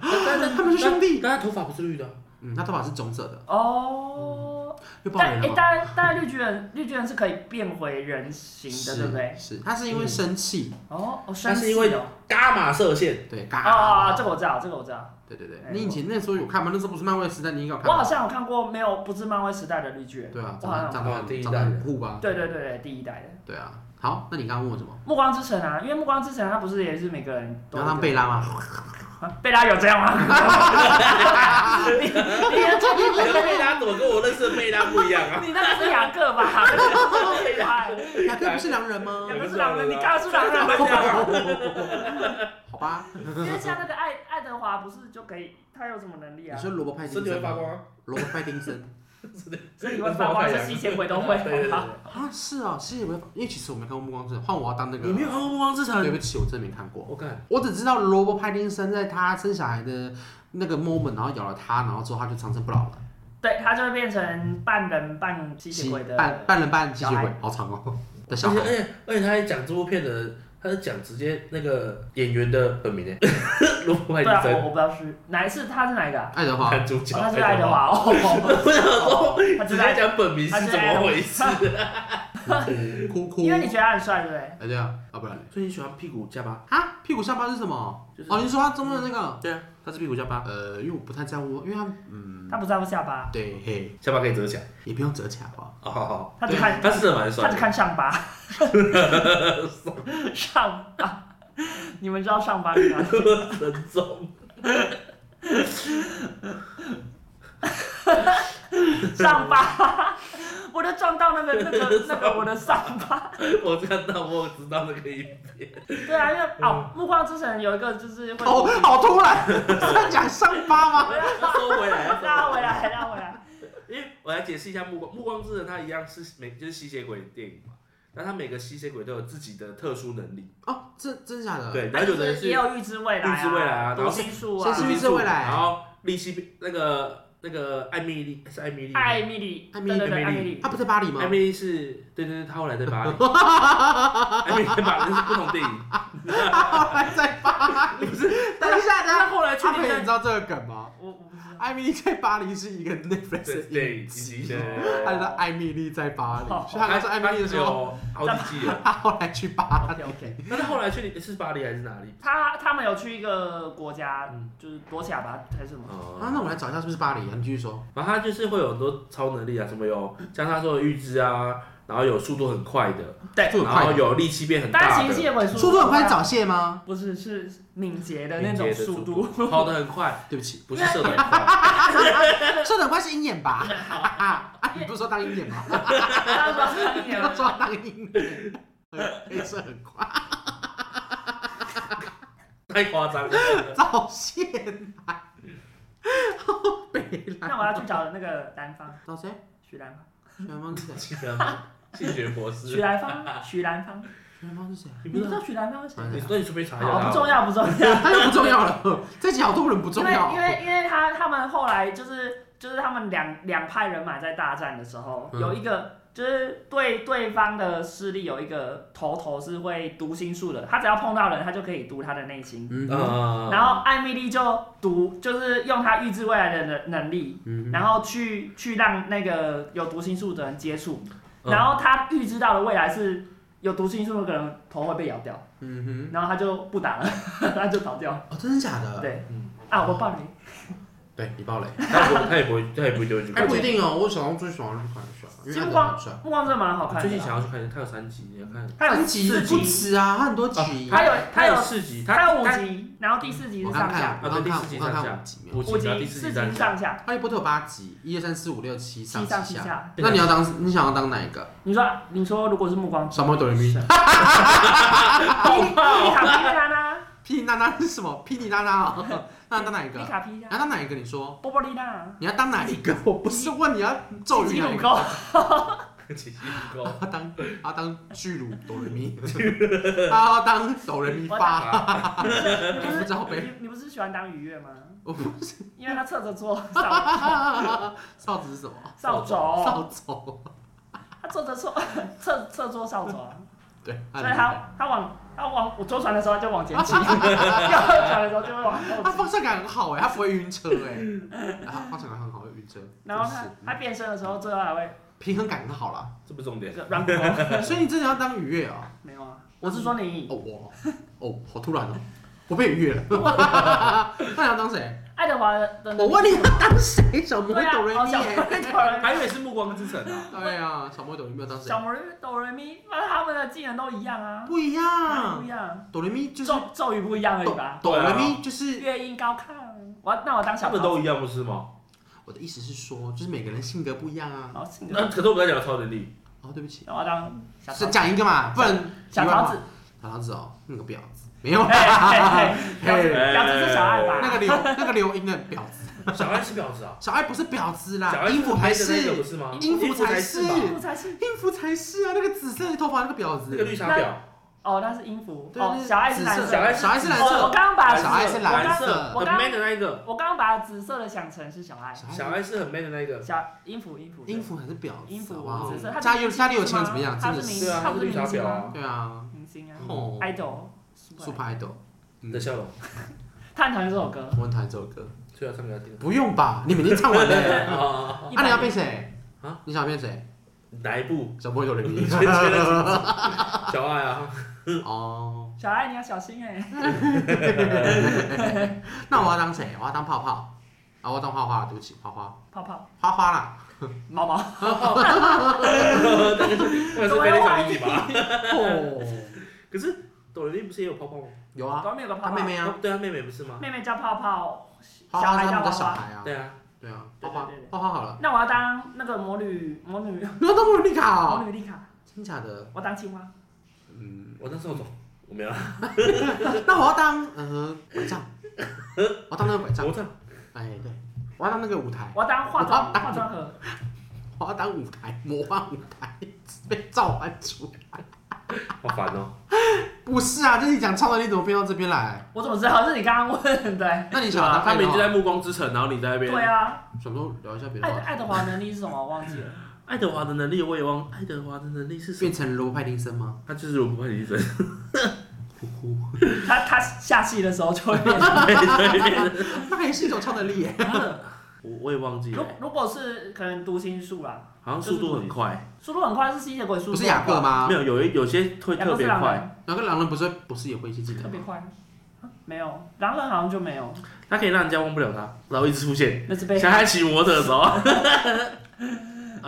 Speaker 2: 但是
Speaker 1: 他们是兄弟
Speaker 2: 但他头发不是绿的，哦
Speaker 1: 嗯，他头发是棕色的，
Speaker 3: 哦，
Speaker 1: 又爆雷
Speaker 3: 但
Speaker 1: 了
Speaker 3: 哎，
Speaker 1: 吗？
Speaker 3: 但但绿巨人，绿巨人是可以变回人形的，对不对？
Speaker 1: 是，他是因为生气，
Speaker 3: 哦，哦，
Speaker 2: 但是因为
Speaker 3: 生气哦
Speaker 2: 伽马射线，
Speaker 1: 对，
Speaker 3: 哦哦，哦
Speaker 1: 嘎，
Speaker 3: 这个我知道，这个我知道。
Speaker 1: 对对对
Speaker 3: 哎，
Speaker 1: 你以前那时候有看吗？那时候不是漫威时代，你应该有看
Speaker 3: 我好
Speaker 1: 吧。
Speaker 3: 像有看过没有不是漫威时代的绿巨人。
Speaker 1: 对啊，
Speaker 3: 我
Speaker 1: 长得长
Speaker 3: 好像有
Speaker 2: 看过第
Speaker 1: 得
Speaker 2: 一
Speaker 1: 长得
Speaker 2: 代
Speaker 1: 很
Speaker 2: 的
Speaker 1: 酷吧？
Speaker 3: 对对对对，第一代的
Speaker 1: 对啊，好，那你刚刚问我什么？
Speaker 3: 《暮光之城》啊，因为《暮光之城》它不是也是每个人
Speaker 1: 你
Speaker 3: 都
Speaker 1: 要当贝拉吗？
Speaker 3: 啊贝拉有这样吗？ 你你
Speaker 2: 你的贝拉怎么跟我认识的贝拉不一 样啊？
Speaker 3: 你那个是雅各吧？那个是贝拉
Speaker 1: 雅各不是良人 吗
Speaker 3: 也？不是狼人，你刚刚是狼人 吧？
Speaker 1: 好 吧，
Speaker 3: 因为像那个爱爱德华不是就可以，他有什么能力
Speaker 1: 你
Speaker 3: 啊？
Speaker 1: 说萝卜派丁
Speaker 2: 身体会
Speaker 1: 森
Speaker 2: 发
Speaker 1: 吗？
Speaker 2: 光啊！
Speaker 1: 萝卜派丁森
Speaker 3: 所以你会发光，是吸血鬼都会。
Speaker 2: 对对对，
Speaker 1: 啊，是啊，是因为因为其实我没看过《暮光之城》，换我要当那个。
Speaker 2: 你没有看过《暮光之城
Speaker 1: 对》？不起，我真的没看过。
Speaker 2: 我看
Speaker 1: 我只知道罗伯·派丁森在他生小孩的那个 moment，然后咬了他，然后之后他就长生不老了。
Speaker 3: 对，他就会变成半人半吸血鬼的。
Speaker 1: 半半人半吸血
Speaker 3: 小
Speaker 1: 鬼
Speaker 3: 孩，
Speaker 1: 好长哦。的
Speaker 2: 而
Speaker 1: 小
Speaker 2: 且而
Speaker 1: 孩，
Speaker 2: 且而且他还讲这部片的，他是讲直接那个演员的本名诶， 罗伯派
Speaker 3: 对
Speaker 2: 丁
Speaker 3: 啊，我
Speaker 2: 森，
Speaker 3: 我不知道是哪一次，他是哪一个啊？
Speaker 1: 爱德华，
Speaker 2: 男主角，
Speaker 3: 哦他是 爱德，华哦，
Speaker 2: 我想说
Speaker 3: 他
Speaker 2: 直
Speaker 3: 知道
Speaker 2: 接讲本名是怎么回事？
Speaker 1: 哭哭
Speaker 3: 因。为你觉得他很帅，对不对？
Speaker 1: 哎，对啊，啊不然嘞
Speaker 2: 所以你喜欢屁股下巴？
Speaker 1: 啊，屁股下巴是什么？
Speaker 2: 就是
Speaker 1: 哦，你说他中间的那个？
Speaker 2: 对啊，他是屁股下巴，
Speaker 1: 呃，因为我不太在乎，因为他嗯，
Speaker 3: 他不在乎下巴，
Speaker 1: 对嘿，
Speaker 2: 下巴可以折起来。
Speaker 1: 也不用折起来吧。
Speaker 2: 哦，好好
Speaker 3: 他只看
Speaker 2: 他是真的蛮帅
Speaker 3: 他只
Speaker 2: 的。
Speaker 3: 看上巴，上巴。你们知道上巴是哪里？
Speaker 2: 神宗，
Speaker 3: 上巴，我都撞到那个那个那个我的上巴。
Speaker 2: 我看到我知道那个影片，
Speaker 3: 对啊，因为哦，《暮光之城》有一个就是会
Speaker 1: 哦，好突然，是在讲伤疤吗？
Speaker 2: 要收回来，要
Speaker 3: 拉
Speaker 2: 收
Speaker 3: 回
Speaker 2: 回来。
Speaker 3: 来，拉回来。
Speaker 2: 因为我来解释一下《暮光暮光之城》，它一样是每就是吸血鬼电影嘛，那它每个吸血鬼都有自己的特殊能力，
Speaker 1: 哦，真真假的？，
Speaker 2: 对，然后有的人
Speaker 3: 就是
Speaker 2: 是
Speaker 3: 也有预知未来、啊，
Speaker 2: 预知未来啊然后
Speaker 3: 读心术
Speaker 1: 谁
Speaker 3: 啊
Speaker 1: 是，
Speaker 2: 紫
Speaker 1: 预
Speaker 2: 金
Speaker 1: 知未来
Speaker 2: 然后利息那个那个艾米丽是艾米丽吗，
Speaker 3: 艾米丽，
Speaker 1: 艾米丽啊
Speaker 3: 对对
Speaker 2: 艾
Speaker 3: 对，艾
Speaker 2: 米
Speaker 3: 米
Speaker 2: 丽
Speaker 3: 丽
Speaker 1: 他，不在巴黎吗
Speaker 2: 艾？米丽是对对对，她后来在巴黎，艾米丽在巴黎是不同电影，
Speaker 1: 他在巴黎。等一下，等一
Speaker 2: 她
Speaker 1: 下，啊
Speaker 2: 后来确
Speaker 1: 阿
Speaker 2: 定
Speaker 1: 培，你
Speaker 2: 在
Speaker 1: 知道这个梗 吗？
Speaker 3: 我我不知道。
Speaker 1: 艾米丽在巴黎 是一个 Netflix 的
Speaker 2: 对
Speaker 1: 影集，哎
Speaker 2: 对哦
Speaker 1: 他叫艾米丽在巴黎，所以他刚说艾米丽的时候，
Speaker 2: 有好几 季了，
Speaker 1: 他后来去巴
Speaker 3: OK OK，
Speaker 2: 但是后来确定是巴黎还是哪里？
Speaker 3: 他他们有去一个国家
Speaker 2: 嗯，
Speaker 3: 就是躲起来吧，还是什么？
Speaker 2: 哦
Speaker 1: 啊，那我来找一下是不是巴黎啊？你继续说。
Speaker 2: 然后他就是会有很多超能力啊，什么有像他说的预知啊，然后有速度很快的，
Speaker 3: 对
Speaker 1: 速度很
Speaker 2: 然
Speaker 1: 快
Speaker 2: 后
Speaker 1: 的，
Speaker 2: 有力气变很
Speaker 3: 单
Speaker 2: 大
Speaker 3: 行
Speaker 2: 的，
Speaker 3: 谢鬼速
Speaker 1: 速度很快，早泄吗？
Speaker 3: 不是是敏捷的那
Speaker 2: 敏捷
Speaker 3: 种
Speaker 2: 的
Speaker 3: 速
Speaker 2: 度
Speaker 3: 度。
Speaker 2: 跑得很快，
Speaker 1: 对不起，
Speaker 2: 不是射得很快，
Speaker 1: 说的很快是鹰眼 吧？啊，你不是说当鹰眼吗？
Speaker 3: 他说他
Speaker 1: 你
Speaker 3: 一
Speaker 1: 不
Speaker 3: 年
Speaker 1: 要说当鹰眼，可以射很快。
Speaker 2: 太夸张了。
Speaker 1: 早泄男，好北蓝。
Speaker 3: 那我要去找那个单方
Speaker 1: 找谁？
Speaker 3: 许兰芳，
Speaker 1: 许兰芳是谁？
Speaker 2: 性学性学博
Speaker 3: 许
Speaker 2: 士，
Speaker 3: 兰芳，许兰芳，
Speaker 1: 许兰芳是谁？
Speaker 2: 你
Speaker 3: 你
Speaker 2: 不知
Speaker 3: 不知
Speaker 2: 道？
Speaker 3: 道许兰芳是谁？
Speaker 2: 你那你顺便查一
Speaker 3: 啊好，
Speaker 2: 下。
Speaker 3: 不重要，不重要。
Speaker 1: 他又不重要了，这集好多人不重要
Speaker 3: 啊因。为因为因为他他们后来就是就是他们两两派人马在大战的时候，
Speaker 1: 嗯
Speaker 3: 有一个就是对对方的势力有一个头头是会读心术的，他只要碰到人，他就可以读他的内心。
Speaker 1: 嗯嗯
Speaker 2: 啊，
Speaker 3: 然后艾米丽就读，就是用她预知未来的能能力，
Speaker 1: 嗯
Speaker 3: 然后去去让那个有读心术的人接触，
Speaker 2: 嗯
Speaker 3: 然后他预知到的未来是有读心术的人头会被咬掉，
Speaker 1: 嗯
Speaker 3: 然后他就不打了， 他就逃掉。
Speaker 1: 哼，哦，真的假的？
Speaker 3: 对
Speaker 2: 嗯，
Speaker 3: 啊，我暴雷。
Speaker 1: 对，你爆雷。
Speaker 2: 他不，嗯他也不会，他也不会丢进去
Speaker 1: 哎，
Speaker 2: 看。
Speaker 1: 不一定哦，我小时候最喜欢是看帅，因为他长得很帅。
Speaker 3: 目嗯光真的蛮好看
Speaker 2: 最近
Speaker 3: 的啊，
Speaker 2: 想要去看，他有三集，你要看。
Speaker 3: 它有
Speaker 1: 三
Speaker 3: 集
Speaker 1: 集
Speaker 3: 四
Speaker 1: 不
Speaker 3: 集，
Speaker 1: 止啊，他很多集。
Speaker 3: 它有它
Speaker 2: 他
Speaker 3: 有
Speaker 2: 有四集，
Speaker 3: 它
Speaker 2: 他
Speaker 3: 有五集，然后第四集
Speaker 1: 我
Speaker 3: 是
Speaker 1: 刚
Speaker 3: 上下，
Speaker 1: 看，我刚看，我刚看五集没有。
Speaker 2: 五
Speaker 3: 五
Speaker 2: 集，然后
Speaker 3: 集
Speaker 2: 第
Speaker 3: 四
Speaker 2: 四
Speaker 3: 集是
Speaker 2: 集
Speaker 3: 上下，
Speaker 1: 哈利波特有八集，一二三四五六七
Speaker 3: 七
Speaker 1: 上
Speaker 3: 上
Speaker 1: 七
Speaker 3: 七
Speaker 1: 下。
Speaker 3: 下。
Speaker 1: 那你要当，你想要当哪一个？
Speaker 3: 你说你说如果是目光，
Speaker 1: 小猫哆来咪。
Speaker 3: 是皮卡皮娜娜，
Speaker 1: 皮娜娜是什么？皮尼娜娜哦， 那当哪一个？啊
Speaker 3: 皮
Speaker 1: 你
Speaker 3: 卡皮娜
Speaker 1: 要，当哪一个？你说，
Speaker 3: 波波丽娜，
Speaker 1: 你要当哪一个？我不是问你要咒
Speaker 3: 基
Speaker 1: 语哪
Speaker 3: 鲁
Speaker 1: 一个，
Speaker 3: 沟，
Speaker 2: 奇迹不够。
Speaker 1: 他当他当巨乳哆来 咪，他要当哆来咪发，
Speaker 3: 你不
Speaker 1: 我不
Speaker 3: 是
Speaker 1: 知道呗。
Speaker 3: 你你不是喜欢当愉悦吗？
Speaker 1: 我不是
Speaker 3: 因为他侧着 坐，扫
Speaker 1: 哨子是什么？
Speaker 3: 扫帚，
Speaker 1: 扫帚。
Speaker 3: 他侧着坐， 侧侧坐扫帚啊，
Speaker 1: 对，
Speaker 3: 所
Speaker 1: 他
Speaker 3: 以
Speaker 1: 很厉害
Speaker 3: 他他往他往我左转的时候他就往前 挤，右转的时候就会往后
Speaker 1: 他
Speaker 3: 挤。
Speaker 1: 方向感很好哎，他不会晕车哎，他方向感很好，会晕车。
Speaker 3: 然后
Speaker 1: 真
Speaker 3: 他
Speaker 1: 是
Speaker 3: 他变身的时候，最后还会
Speaker 1: 平衡感很好啦，
Speaker 2: 这不重点。
Speaker 3: 软骨头。
Speaker 1: 所以你真的要当愉悦啊！
Speaker 3: 没有啊，我是说你
Speaker 1: 哦，我哦，好突然哦，我被愉悦 了。 那你要当谁？
Speaker 3: 爱德华的那个，
Speaker 1: 我问你要当谁？小魔
Speaker 3: 对
Speaker 1: 女
Speaker 3: 啊，
Speaker 1: 哆瑞
Speaker 3: 哦
Speaker 1: 咪
Speaker 3: 小
Speaker 1: 耶？
Speaker 3: 魔女哆来咪，
Speaker 2: 还以为是《暮光之城》啊。
Speaker 1: 对啊，小魔女哆瑞咪要 当谁
Speaker 3: 小？魔女哆来咪，那他们的技能都一样啊，
Speaker 1: 不一
Speaker 3: 哪里不
Speaker 1: 样，
Speaker 3: 一样，
Speaker 1: 哆瑞咪就是
Speaker 3: 咒咒语不一样而已吧。
Speaker 1: 哆
Speaker 2: 对啊
Speaker 1: 瑞咪就是
Speaker 3: 乐音高亢，我要那我当
Speaker 2: 他
Speaker 3: 小
Speaker 2: 们
Speaker 3: 桃
Speaker 2: 都
Speaker 3: 子
Speaker 2: 一样不是吗？
Speaker 1: 我的意思是说，就是每个人性格不一样啊。
Speaker 3: 好性格
Speaker 2: 那，可是我们在聊超能力，
Speaker 1: 哦，对不起，
Speaker 3: 那我要当小桃
Speaker 1: 是
Speaker 3: 子
Speaker 1: 讲一个嘛，不然
Speaker 3: 小桃子，哎
Speaker 1: 小桃子哦，那个婊子没有
Speaker 3: 嘿嘿嘿
Speaker 1: 嘿
Speaker 3: 小桃子是小爱吧？
Speaker 1: 那个刘那个刘英的婊子，
Speaker 2: 小爱是婊子啊，
Speaker 1: 小爱不是婊子
Speaker 2: 小
Speaker 1: 啦，
Speaker 2: 爱
Speaker 1: 音符还
Speaker 2: 还那个
Speaker 1: 是
Speaker 2: 不是吗？
Speaker 1: 音符才
Speaker 2: 是吧？
Speaker 1: 是
Speaker 3: 不才是
Speaker 1: 音符才是啊，那个紫色的头发那个婊
Speaker 2: 那个
Speaker 1: 子，
Speaker 2: 绿茶婊，
Speaker 3: 哦，那是音符
Speaker 1: 对
Speaker 3: 哦，
Speaker 1: 那
Speaker 3: 小爱是
Speaker 1: 紫
Speaker 3: 蓝
Speaker 1: 色，
Speaker 3: 色，哦
Speaker 2: 小爱是
Speaker 1: 小爱是蓝
Speaker 3: 我我
Speaker 1: 色，
Speaker 3: 刚刚把
Speaker 1: 小爱是蓝色
Speaker 2: 很 man 的那一个，
Speaker 3: 我刚刚把紫色的想成是小爱，
Speaker 2: 小爱是很 man 的那一个，
Speaker 3: 小音符音符
Speaker 1: 音符还是婊
Speaker 3: 音
Speaker 1: 子，啊哦
Speaker 3: 符
Speaker 1: 好不好
Speaker 3: 紫色，他？
Speaker 1: 家有家里有钱怎么样？
Speaker 3: 他
Speaker 1: 真
Speaker 3: 啊是
Speaker 1: 的
Speaker 3: 明
Speaker 1: 是
Speaker 2: 对啊
Speaker 3: 他不是明
Speaker 2: 他是绿
Speaker 3: 星
Speaker 2: 茶婊
Speaker 3: 吗
Speaker 2: 啊？
Speaker 1: 对啊
Speaker 3: 明星啊
Speaker 1: 哦
Speaker 3: ，idol，
Speaker 1: ，Super Idol，
Speaker 2: 你嗯的笑容，
Speaker 3: 他很讨厌这首歌。
Speaker 1: 我很讨厌这首歌，
Speaker 2: 所以要唱给他听。
Speaker 1: 不用吧，你们已经唱完了。
Speaker 2: 啊，
Speaker 1: 啊，你要变谁？
Speaker 2: 啊，
Speaker 1: 你想变谁？
Speaker 2: 哪一 部？
Speaker 1: 小魔女哆瑞咪
Speaker 2: 你。觉得小爱 啊，
Speaker 1: 哦，
Speaker 3: 小爱，你要小心
Speaker 1: 嗯
Speaker 3: 哎、
Speaker 1: 那我要当谁？我要当泡泡啊，我要当花花，对不起，花花，
Speaker 3: 泡泡
Speaker 1: 花花啦。
Speaker 3: 毛毛，
Speaker 2: 那是非得小
Speaker 3: 啊
Speaker 2: 弟弟吧？
Speaker 1: 哦，
Speaker 2: 可是朵琳不是也有泡泡吗？
Speaker 1: 有啊，
Speaker 3: 后面有个泡
Speaker 1: 他
Speaker 3: 泡，
Speaker 1: 妹妹啊。
Speaker 2: 对啊，妹妹不是吗？
Speaker 3: 妹妹叫泡泡，小
Speaker 1: 花花
Speaker 3: 孩
Speaker 1: 是他
Speaker 3: 叫
Speaker 1: 们的
Speaker 3: 花
Speaker 1: 小
Speaker 3: 花。
Speaker 1: 孩啊，
Speaker 2: 对啊，
Speaker 1: 对啊，
Speaker 3: 对
Speaker 1: 花
Speaker 3: 对
Speaker 1: 花
Speaker 3: 对对
Speaker 1: 花花好了，
Speaker 3: 那我要当那个魔女魔女
Speaker 1: 你要当茉莉卡
Speaker 3: 魔
Speaker 1: 哦，
Speaker 3: 女丽卡，
Speaker 1: 真假的？
Speaker 3: 我当青蛙，
Speaker 1: 嗯，
Speaker 2: 我那时候懂，我没有，啊
Speaker 1: 那我要当呃拐杖，我要当那个拐杖，
Speaker 2: 我 这样
Speaker 1: 哎对，我要当那个舞台，
Speaker 3: 我要当化妆
Speaker 1: 我要当
Speaker 3: 化妆盒，
Speaker 1: 我要当舞台魔幻舞台 被召唤出来。
Speaker 2: 好烦哦。
Speaker 1: 不是啊，就是你讲超能力怎么变到这边来？
Speaker 3: 我怎么知道是你刚刚问的、
Speaker 1: 那你
Speaker 2: 你
Speaker 1: 想啊要当
Speaker 2: 啊他
Speaker 1: 爱
Speaker 2: 们
Speaker 1: 德
Speaker 2: 已经
Speaker 1: 华？
Speaker 2: 在暮光之城，然后你在那边。
Speaker 3: 啊对啊，
Speaker 1: 想说聊一下别的
Speaker 3: 爱
Speaker 1: 话题，
Speaker 3: 爱德华能力是什么？我忘记了。
Speaker 2: 爱德华的能力我也忘，爱德华的能力是什
Speaker 1: 变
Speaker 2: 么？
Speaker 1: 成罗伯派丁森吗？
Speaker 2: 他就是我不会理解。
Speaker 1: 呼呼，
Speaker 3: 他他下戏的时候就会变成。
Speaker 1: 那也是一种超能力耶。
Speaker 2: 我我也忘记
Speaker 3: 如
Speaker 2: 了，
Speaker 3: 如果是可能读心术啦，
Speaker 2: 好像速度很快，
Speaker 3: 速度很快是吸血鬼 速度
Speaker 1: 不是
Speaker 3: 很快，
Speaker 1: 雅各吗
Speaker 2: 没？有有一有些会
Speaker 3: 雅
Speaker 2: 特
Speaker 3: 各
Speaker 2: 别
Speaker 3: 是啊狼人
Speaker 2: 快，
Speaker 1: 然后狼人不是不是也会一些技
Speaker 3: 特
Speaker 1: 能
Speaker 3: 别
Speaker 1: 吗？
Speaker 3: 快。没有，狼人好像就没有，
Speaker 2: 他可以让人家忘不了他，然后一直出现。
Speaker 3: 那是被
Speaker 2: 小孩骑摩托的时候，啊，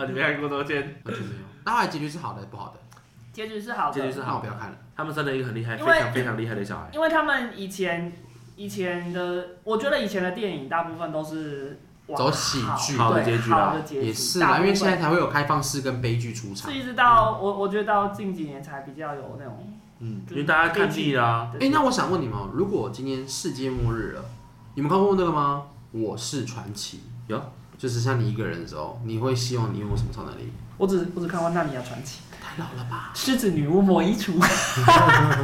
Speaker 2: 你没看过多见，
Speaker 1: 完全没有。那后来结局是好的，不好的？
Speaker 3: 结局是好
Speaker 2: 结局
Speaker 3: 的，
Speaker 2: 是
Speaker 1: 那我
Speaker 2: 好
Speaker 1: 不要
Speaker 2: 的。
Speaker 1: 看了。
Speaker 2: 他们生了一个很厉害，
Speaker 3: 因
Speaker 2: 非
Speaker 3: 为
Speaker 2: 常非常厉害的小孩。
Speaker 3: 因为他们以前以前的，我觉得以前的电影大部分都是往
Speaker 1: 走喜剧
Speaker 3: 好
Speaker 2: 好
Speaker 3: 对
Speaker 2: 的结局啦
Speaker 3: 好的结局
Speaker 1: 也是
Speaker 3: 大部
Speaker 1: 啦，
Speaker 3: 分
Speaker 1: 因为现在才会有开放式跟悲剧出场
Speaker 3: 是。一直到我我觉得到近几年才比较有那种
Speaker 2: 嗯，因为大家看腻了啊、
Speaker 1: 哎、那我想问你们哦，如果今天世界末日了，你们看过那个吗？我是传奇，
Speaker 2: 有，
Speaker 1: 就是像你一个人的时候，你会希望你拥有什么超能力？
Speaker 3: 我只我只看过《纳尼亚传奇
Speaker 1: 太老了吧？》，
Speaker 3: 狮子女巫魔衣橱，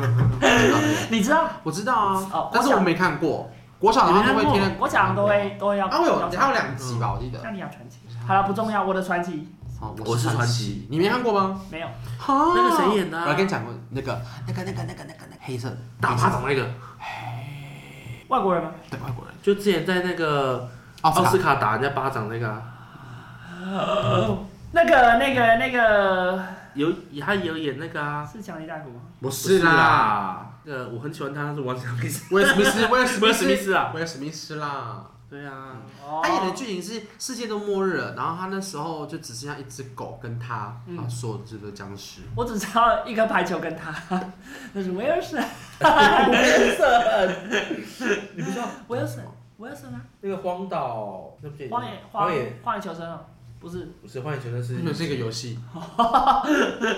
Speaker 3: 你 知道？
Speaker 1: 我知道啊，
Speaker 3: 哦
Speaker 1: 但是我没看过。国小的话都会贴那，
Speaker 3: 我讲都会都会要。
Speaker 1: 啊，我有
Speaker 3: 要
Speaker 1: 还有两集吧，我记得。
Speaker 3: 纳尼亚传奇。好了，不重要，我的传奇
Speaker 1: 哦，
Speaker 2: 我是传
Speaker 1: 奇
Speaker 2: 奇，
Speaker 1: 你没看过吗？
Speaker 3: 没有。
Speaker 1: 哈
Speaker 2: 那个谁演的啊
Speaker 1: 我还跟你讲过，那个那个那个那个那个那个黑色的
Speaker 2: 大巴掌那个，
Speaker 3: 外国人吗？
Speaker 1: 对外国人，
Speaker 2: 就之前在那个
Speaker 1: 奥斯
Speaker 2: 奥斯
Speaker 1: 卡
Speaker 2: 卡打人家巴掌那个、啊，
Speaker 3: 那个那个那个
Speaker 2: 有他也有演那个啊，
Speaker 3: 是强尼戴夫吗？
Speaker 1: 不
Speaker 2: 不是，啦，那个我很喜欢他，但是王小明
Speaker 1: 威尔史密斯，威尔史
Speaker 2: 不
Speaker 1: 密
Speaker 2: 是史密
Speaker 1: 斯，
Speaker 2: 斯啊，
Speaker 1: 威尔史密斯啦。
Speaker 2: 对啊，
Speaker 3: 哦
Speaker 1: 他演的剧情是世界都末日了，然后他那时候就只剩下一只狗跟他，
Speaker 3: 嗯
Speaker 1: 然后所有的都是僵尸。
Speaker 3: 我只知道一颗排球跟他， 那是威尔森，
Speaker 2: 你不知道
Speaker 3: 威尔森，威尔森啊，
Speaker 2: 那个荒岛那部电影
Speaker 3: 荒野
Speaker 2: 荒野
Speaker 3: 野荒野求生哦，不是
Speaker 2: 不是荒野求生是
Speaker 1: 那是一个游戏，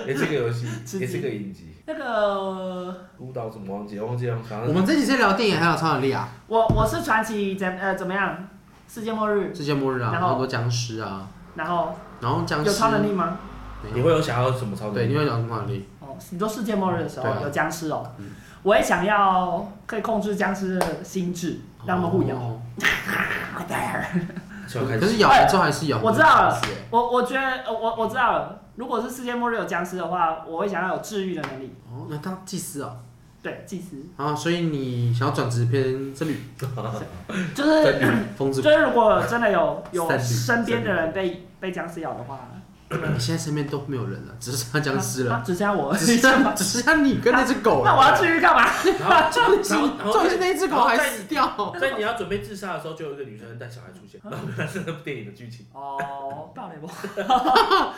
Speaker 2: 也是一个游 戏，
Speaker 3: 吃鸡
Speaker 2: 也是一个影集，
Speaker 3: 那个
Speaker 2: 孤岛怎么忘记了？忘记了，反
Speaker 1: 我
Speaker 2: 正
Speaker 1: 们这几天聊电影还有超能力啊，
Speaker 3: 我我是传奇怎呃怎么样？世界末日，
Speaker 1: 世界末日啊，
Speaker 3: 然
Speaker 1: 然
Speaker 3: 后
Speaker 1: 后很多僵尸啊，
Speaker 3: 然后
Speaker 1: 然后僵尸
Speaker 3: 有超能力吗？
Speaker 1: 没
Speaker 2: 你
Speaker 1: 有，
Speaker 2: 会有想要什么超能
Speaker 1: 对，
Speaker 2: 力
Speaker 1: 你？会讲超能力，
Speaker 3: 哦，你说世界末日的时候
Speaker 1: 对啊
Speaker 3: 有僵尸哦
Speaker 1: 嗯，
Speaker 3: 我也想要可以控制僵尸的心智，让他们互咬。
Speaker 1: 哦
Speaker 2: 喜欢看
Speaker 1: 可是咬完之后还是咬。
Speaker 3: 哎我知道了
Speaker 1: 是欸
Speaker 3: 我我觉得呃我我知道了，如果是世界末日有僵尸的话，我会想要有治愈的能力，
Speaker 1: 哦，那当祭司哦，
Speaker 3: 对，祭司，
Speaker 1: 啊，所以你想要转职偏僧侣、
Speaker 3: 就是
Speaker 1: 疯子
Speaker 3: 就？是如果真的有有
Speaker 1: 三十
Speaker 3: 身边的人被被僵尸咬的话，
Speaker 1: 你现在身边都没有人了，只剩下僵尸了，
Speaker 3: 啊，只剩下 我，
Speaker 1: 只剩下只剩下你跟那只狗了。
Speaker 3: 那我要去干嘛？
Speaker 2: 然后
Speaker 1: 重
Speaker 2: 然后
Speaker 1: 心
Speaker 2: 然后
Speaker 1: 重心那一只狗还死掉。
Speaker 2: 在你要准备自杀的时候，就有一个女生带小孩出现，
Speaker 1: 啊
Speaker 2: 然后那是那部电影的剧情，
Speaker 3: 哦，暴雷我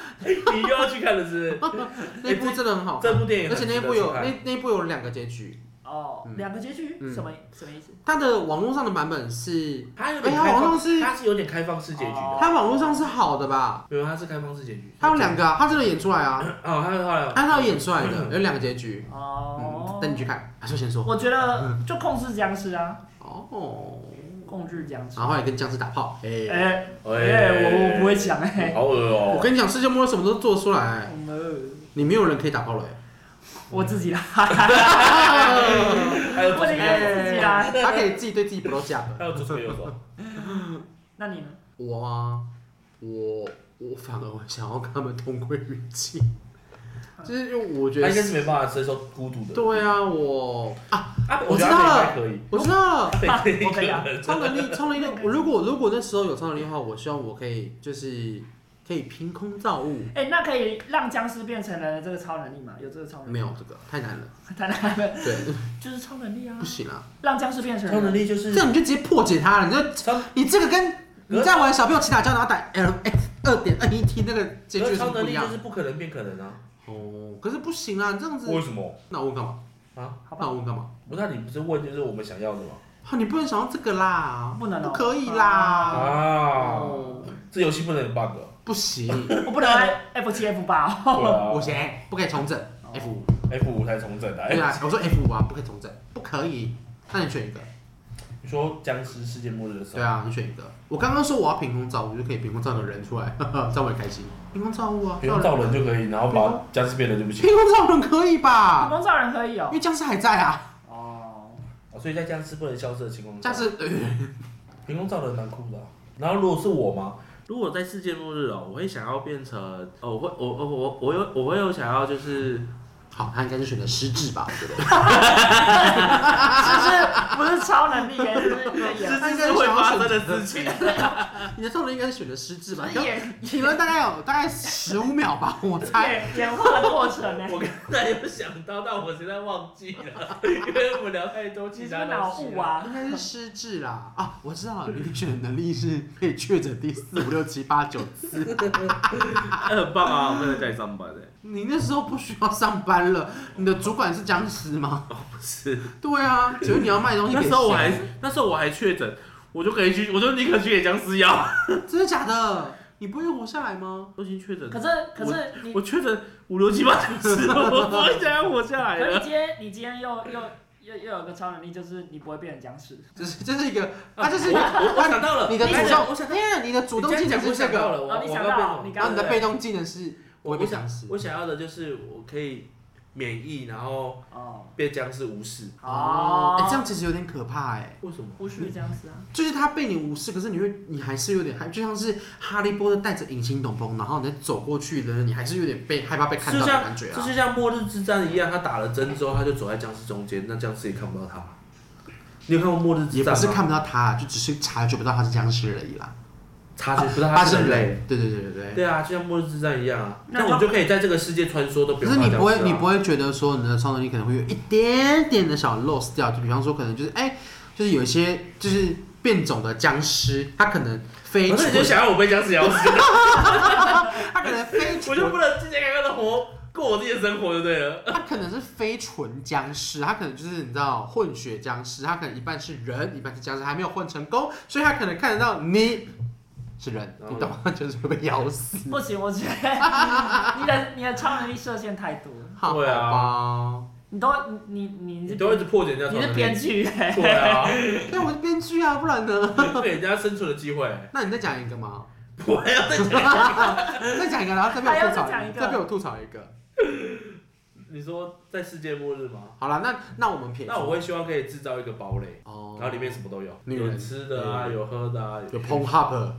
Speaker 2: 你又要去看了是不是？
Speaker 1: 那部真的很
Speaker 3: 哎
Speaker 1: 好看，
Speaker 2: 这部电影
Speaker 1: 而
Speaker 2: 很
Speaker 1: 且
Speaker 2: 值得
Speaker 1: 那
Speaker 2: 去看，
Speaker 1: 部有那那部有两个结局，
Speaker 3: 哦，
Speaker 1: 嗯
Speaker 3: 两个结局
Speaker 1: 嗯
Speaker 3: 什么什么意思？
Speaker 1: 它的网络上的版本是，
Speaker 2: 它有
Speaker 1: 哎
Speaker 2: 点
Speaker 1: 呀，
Speaker 2: 开
Speaker 1: 网
Speaker 2: 放，
Speaker 1: 络上是
Speaker 2: 它是有点开放式结局
Speaker 3: 哦
Speaker 2: 的，
Speaker 1: 它网络上是好的吧？
Speaker 2: 没有，它是开放式结局。
Speaker 1: 它有两个啊，它真的演出来啊，
Speaker 2: 哦，还有还有，
Speaker 1: 按照演出来的有两个结局，嗯
Speaker 3: 哦，，
Speaker 1: 等你去看，还是先说
Speaker 3: 我觉得就控制僵尸啊，
Speaker 1: 哦，
Speaker 3: 控制僵尸
Speaker 1: 然。后也跟僵尸打炮，哎，
Speaker 3: 哎哎，我我不会讲哎，
Speaker 2: 好恶哦
Speaker 1: 我跟你讲，世界末日什么都做出来，
Speaker 3: 嗯
Speaker 1: 你没有人可以打炮了，
Speaker 3: 我自 己啦，
Speaker 2: 还有
Speaker 3: 我
Speaker 2: 左
Speaker 3: 自
Speaker 2: 手
Speaker 3: 己
Speaker 2: 右手，
Speaker 3: 自己啦。
Speaker 1: 他可以自己对自己不露架
Speaker 2: 还
Speaker 1: 的。
Speaker 2: 有左手右手。
Speaker 3: 那你呢？
Speaker 1: 我啊，我我反而会想要跟他们同归于尽，就是因为我觉
Speaker 2: 他
Speaker 1: 得
Speaker 2: 应该是没办法承受孤独的。
Speaker 1: 对啊，我
Speaker 2: 啊
Speaker 1: 我
Speaker 2: 觉
Speaker 1: 知
Speaker 2: 得
Speaker 1: 道
Speaker 2: 他
Speaker 1: 了
Speaker 2: 可以，
Speaker 1: 我知道了，
Speaker 2: 他可以
Speaker 3: 我可以啊
Speaker 1: 超能力，超能力。我如果如果那时候有超能力的话，我希望我可以就是可以凭空造物。
Speaker 3: 哎，那可以让僵尸变成人的这个超能力吗？有这个超能力？
Speaker 1: 没有这个太难了，
Speaker 3: 太难了，
Speaker 1: 对，
Speaker 3: 就是超能力啊
Speaker 1: 不，行啊！
Speaker 3: 让僵尸变成
Speaker 2: 超能
Speaker 3: 人。
Speaker 2: 力就是
Speaker 1: 这样你就直接破解它了，你就
Speaker 2: 超
Speaker 1: 你这个跟你在玩小朋友起打架，然后打 L X 二点二一 T 那个结
Speaker 2: 可
Speaker 1: 局
Speaker 2: 是
Speaker 1: 是什
Speaker 2: 超
Speaker 1: 么不
Speaker 2: 能
Speaker 1: 一
Speaker 2: 力
Speaker 1: 样
Speaker 2: 就是不可能变可能啊。
Speaker 1: 哦。可是不行啊，这样子，
Speaker 2: 什么
Speaker 1: 那我问干嘛？
Speaker 2: 啊？
Speaker 3: 好吧
Speaker 1: 那我问干嘛？
Speaker 2: 不是啊，你不是问就是我们想要的吗？
Speaker 1: 啊，你不能想要这个啦，
Speaker 3: 不能哦
Speaker 1: 不可以啦，
Speaker 2: 啊，
Speaker 1: 哦，
Speaker 2: 这游戏不能有 bug 哦。
Speaker 1: 不行，
Speaker 3: 我不能按 F 七 F 八哦。
Speaker 2: 对啊
Speaker 1: 不行，不可以重整 F 五。
Speaker 2: ，F 五才重整的。
Speaker 1: 对
Speaker 2: 哎
Speaker 1: 啊，我说 F 五啊，不可以重整，不可以。那你选一个，
Speaker 2: 你说僵尸世界末日的时
Speaker 1: 对
Speaker 2: 候，
Speaker 1: 啊，你选一个。我刚刚说我要凭空造物，就可以凭空造个人出来， 这样我也开心。凭空造物啊，
Speaker 2: 不用造人就可以，然后把僵尸变人就不行。
Speaker 1: 凭空造人可以
Speaker 3: 普
Speaker 1: 吧？
Speaker 3: 通造人可以
Speaker 1: 因
Speaker 3: 哦。
Speaker 1: 为僵尸还在啊，
Speaker 3: 哦，
Speaker 2: 哦所以在僵尸不能消失的情况下，
Speaker 1: 僵尸、呃
Speaker 2: 凭空造人蛮酷的啊、然后如果是我嘛，如果在世界末日哦，我会想要变成，哦，我会，我我我我有我会有想要就是，
Speaker 1: 好，他应该是选择失智吧，我觉得。
Speaker 3: 就是不是超能力，就是演，
Speaker 1: 他应该是
Speaker 2: 是会
Speaker 1: 想
Speaker 2: 发
Speaker 1: 要选
Speaker 2: 生的事情。
Speaker 1: 你的造人应该是选择失智吧？
Speaker 3: 就是
Speaker 1: 刚
Speaker 3: 演
Speaker 1: 停了大概有大概十五秒吧，我 猜。
Speaker 3: 演演化的过程呢。
Speaker 2: 我刚才有想到，但我现在忘记了，因为我们聊太多
Speaker 3: 其
Speaker 2: 其
Speaker 3: 实
Speaker 2: 他
Speaker 3: 脑
Speaker 2: 东西
Speaker 3: 雾
Speaker 2: 了。
Speaker 3: 啊，
Speaker 1: 应该是失智啦啊！我知道了，你选的能力是可以确诊第四五六七八九次。
Speaker 2: 很棒啊，我们在家里上班的，
Speaker 1: 你那时候不需要上班了，你的主管是僵尸吗？
Speaker 2: 不是？
Speaker 1: 对啊，只有你要卖东西给
Speaker 2: 那
Speaker 1: 谁。
Speaker 2: 时候我还那时候我还确诊，我就可以去，我就宁可去给僵尸药。
Speaker 1: 真的假的？你不会活下来吗？
Speaker 2: 都已经确诊，
Speaker 3: 可是可是你
Speaker 2: 我确诊，五六七八九十，我不会想要活下来
Speaker 3: 可 你
Speaker 2: 了。
Speaker 3: 今天你今天又又又又有个超能力，就是你不会变成僵尸。
Speaker 1: 这是这是一个，它啊这是一
Speaker 2: 我
Speaker 1: 个
Speaker 2: 我我想到了，
Speaker 1: 你的主
Speaker 2: 我想到
Speaker 1: 动，
Speaker 2: 了我想到了，
Speaker 1: 因为你的主动技能
Speaker 2: 你这样讲
Speaker 1: 是
Speaker 2: 我
Speaker 1: 这
Speaker 2: 想到
Speaker 1: 个，
Speaker 2: 了，我
Speaker 3: 哦
Speaker 2: 我
Speaker 3: 你
Speaker 2: 要
Speaker 3: 想
Speaker 2: 变
Speaker 3: 到
Speaker 2: 成
Speaker 1: 然后
Speaker 3: 你刚
Speaker 1: 你
Speaker 3: 刚
Speaker 1: 的被动技能是不
Speaker 2: 我
Speaker 1: 会
Speaker 2: 我
Speaker 1: 被
Speaker 2: 想
Speaker 1: 僵尸。
Speaker 2: 我想要的就是我可以免疫，然后
Speaker 3: 哦
Speaker 2: 被僵尸无视。
Speaker 3: 哦，
Speaker 1: 哎这样其实有点可怕哎、
Speaker 2: 为什么？
Speaker 3: 不是僵尸啊，
Speaker 1: 就是他被你无视，可是你会，你还是有点害，就像是哈利波特带着隐形斗篷，然后你再走过去的，你还是有点被害怕被看到的感觉
Speaker 2: 这
Speaker 1: 啊。
Speaker 2: 就像末日之战一样，他打了针之后，他就走在僵尸中间，那僵尸也看不到他。你有看过末日之
Speaker 1: 也
Speaker 2: 战
Speaker 1: 不是
Speaker 2: 吗？
Speaker 1: 看不到他，就只是察觉不到他是僵尸而已啦。
Speaker 2: 察觉不到
Speaker 1: 他
Speaker 2: 他
Speaker 1: 是
Speaker 2: 是人类。
Speaker 1: 人，对对对对对。
Speaker 2: 对啊，就像末日之战一样啊。
Speaker 3: 那
Speaker 2: 那
Speaker 3: 就
Speaker 2: 我就可以在这个世界穿梭，都不
Speaker 1: 可
Speaker 2: 用
Speaker 1: 是
Speaker 2: 怕
Speaker 1: 你
Speaker 2: 僵尸啊
Speaker 1: 不会，你不会觉得说你的超能力可能会有一点点的小 loss 掉，就比方说可能就是哎、就是有一些就是变种的僵尸，它可能飞
Speaker 2: 可是你就
Speaker 1: 蠢，
Speaker 2: 想要我被僵尸咬死，
Speaker 1: 它可能飞
Speaker 2: 我就
Speaker 1: 蠢，
Speaker 2: 不能健健康康的活，过我自己的生活就对了。
Speaker 1: 它可能是非纯僵尸，它可能就是你知道混血僵尸，它可能一半是人，一半是僵尸，还没有混成功，所以它可能看得到你是人，
Speaker 2: 然后
Speaker 1: 你懂吗？就是会被咬死。
Speaker 3: 不行，我觉得你的你的超能力射线太多了，
Speaker 1: 好
Speaker 2: 对啊
Speaker 1: 吧，
Speaker 3: 你都你你你
Speaker 2: 你
Speaker 3: 是
Speaker 2: 都一直破解人家
Speaker 3: 你
Speaker 2: 超
Speaker 3: 是
Speaker 2: 能
Speaker 3: 编
Speaker 2: 力，
Speaker 3: 剧 欸
Speaker 2: 对啊，
Speaker 1: 那我是编剧啊，不然呢？
Speaker 2: 给人家生存的机会。啊
Speaker 1: 那你再讲一个吗？
Speaker 2: 我还要再讲，
Speaker 1: 再讲一个，然后再被我吐槽
Speaker 3: 还要再讲一个
Speaker 1: 再被我吐槽一个。
Speaker 2: 你说在世界末日吗？
Speaker 1: 好了，那那我们撇除
Speaker 2: 那我会希望可以制造一个堡垒，
Speaker 1: 哦，
Speaker 2: 然后里面什么都有，
Speaker 1: 女
Speaker 2: 有
Speaker 1: 人
Speaker 2: 吃的啊，
Speaker 1: 嗯
Speaker 2: 有喝的啊，
Speaker 1: 有 p o n Hub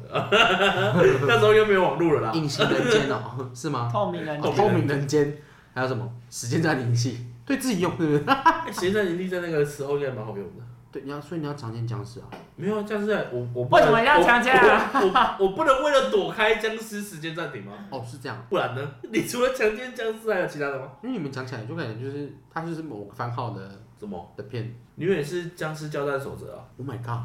Speaker 2: 那时候又没有网络了啦。
Speaker 1: 隐形人间哦，是吗？
Speaker 3: 透明人
Speaker 1: 哦，
Speaker 2: 透
Speaker 1: 透
Speaker 2: 明人
Speaker 1: 明人间，还有什么时间暂停器？对 自己用是不是？
Speaker 2: 哎其实在你立在那个时候应该蛮好用的。
Speaker 1: 对，你要所以你要常见僵尸啊，
Speaker 2: 没有啊僵尸啊，我我不
Speaker 3: 为什
Speaker 2: 能
Speaker 3: 么要强奸啊
Speaker 2: 我我我不能为了躲开僵尸时间暂停吗？
Speaker 1: 哦是这样，
Speaker 2: 不然呢？ 你除了强奸僵尸还有其他的吗？
Speaker 1: 因为你们讲起来就感觉就是它就是某个番号的
Speaker 2: 什么？
Speaker 1: 的片
Speaker 2: 你永远是僵尸交战守则啊？
Speaker 1: ，Oh my god，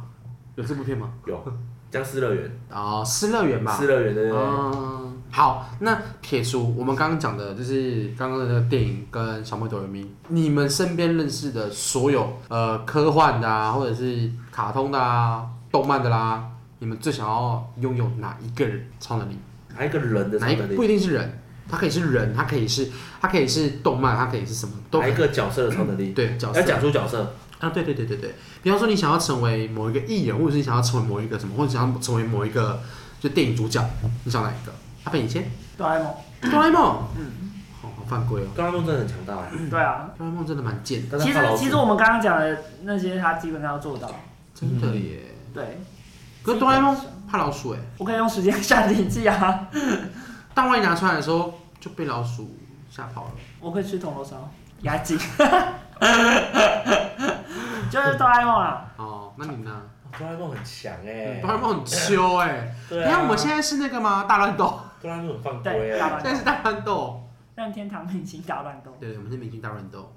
Speaker 1: 有这部片吗？
Speaker 2: 有，僵尸乐园，
Speaker 1: 啊，失乐园吧
Speaker 2: 尸，哦乐园哦对对对。
Speaker 1: 嗯，好，那撇除我们刚刚讲的，就是刚刚的那个电影跟小魔女哆咪，你们身边认识的所有呃科幻的啊，或者是卡通的啊、动漫的啦，你们最想要拥有哪一个人超能力？
Speaker 2: 哪一个人的超
Speaker 1: 哪一个
Speaker 2: 能力
Speaker 1: 不？一定是人，它可以是人，它可以是它可以是动漫，它可以是什么都可
Speaker 2: 哪
Speaker 1: 以
Speaker 2: 一个角色的超能力？
Speaker 1: 对 角色
Speaker 2: 要讲出角色，
Speaker 1: 啊，对对对对对，比方说你想要成为某一个艺人，或者是你想要成为某一个什么，或者想要成为某一个就电影主角，你想哪一个？阿贝，你先。
Speaker 3: 哆啦 A 梦。
Speaker 2: 嗯
Speaker 1: 哆啦 A 梦，好好犯规哦。
Speaker 2: 刚刚弄真的很强 大欸，
Speaker 3: 对啊，
Speaker 1: 哆啦 A 梦真的蛮贱的，
Speaker 2: 但
Speaker 3: 其
Speaker 2: 是
Speaker 3: 实
Speaker 2: 他老
Speaker 3: 其实
Speaker 2: 鼠
Speaker 3: 我们刚刚讲的那些，他基本上要做到。
Speaker 1: 真的耶。
Speaker 3: 对，
Speaker 1: 可是哆啦 A 梦怕老鼠哎，
Speaker 3: 我可以用时间暂停器啊，
Speaker 1: 但万一拿出来的时候就被老鼠吓跑了。
Speaker 3: 我可以吃铜锣烧、压 惊，就是哆啦 A 梦啊。
Speaker 1: 哦，那你呢？
Speaker 2: 哆啦 A 梦很强哎，
Speaker 1: 哆啦 A 梦很秋哎。
Speaker 2: 对
Speaker 1: 嗯你
Speaker 2: 啊，
Speaker 1: 看我们现在是那个吗？大乱斗，
Speaker 2: 哆啦 A 梦很犯
Speaker 3: 对，
Speaker 2: 规
Speaker 3: 大
Speaker 2: 哎。
Speaker 1: 现在
Speaker 3: 乱斗，
Speaker 1: 是大乱斗。
Speaker 3: 让天堂明星大乱斗，
Speaker 1: 对，我们是明星大乱斗。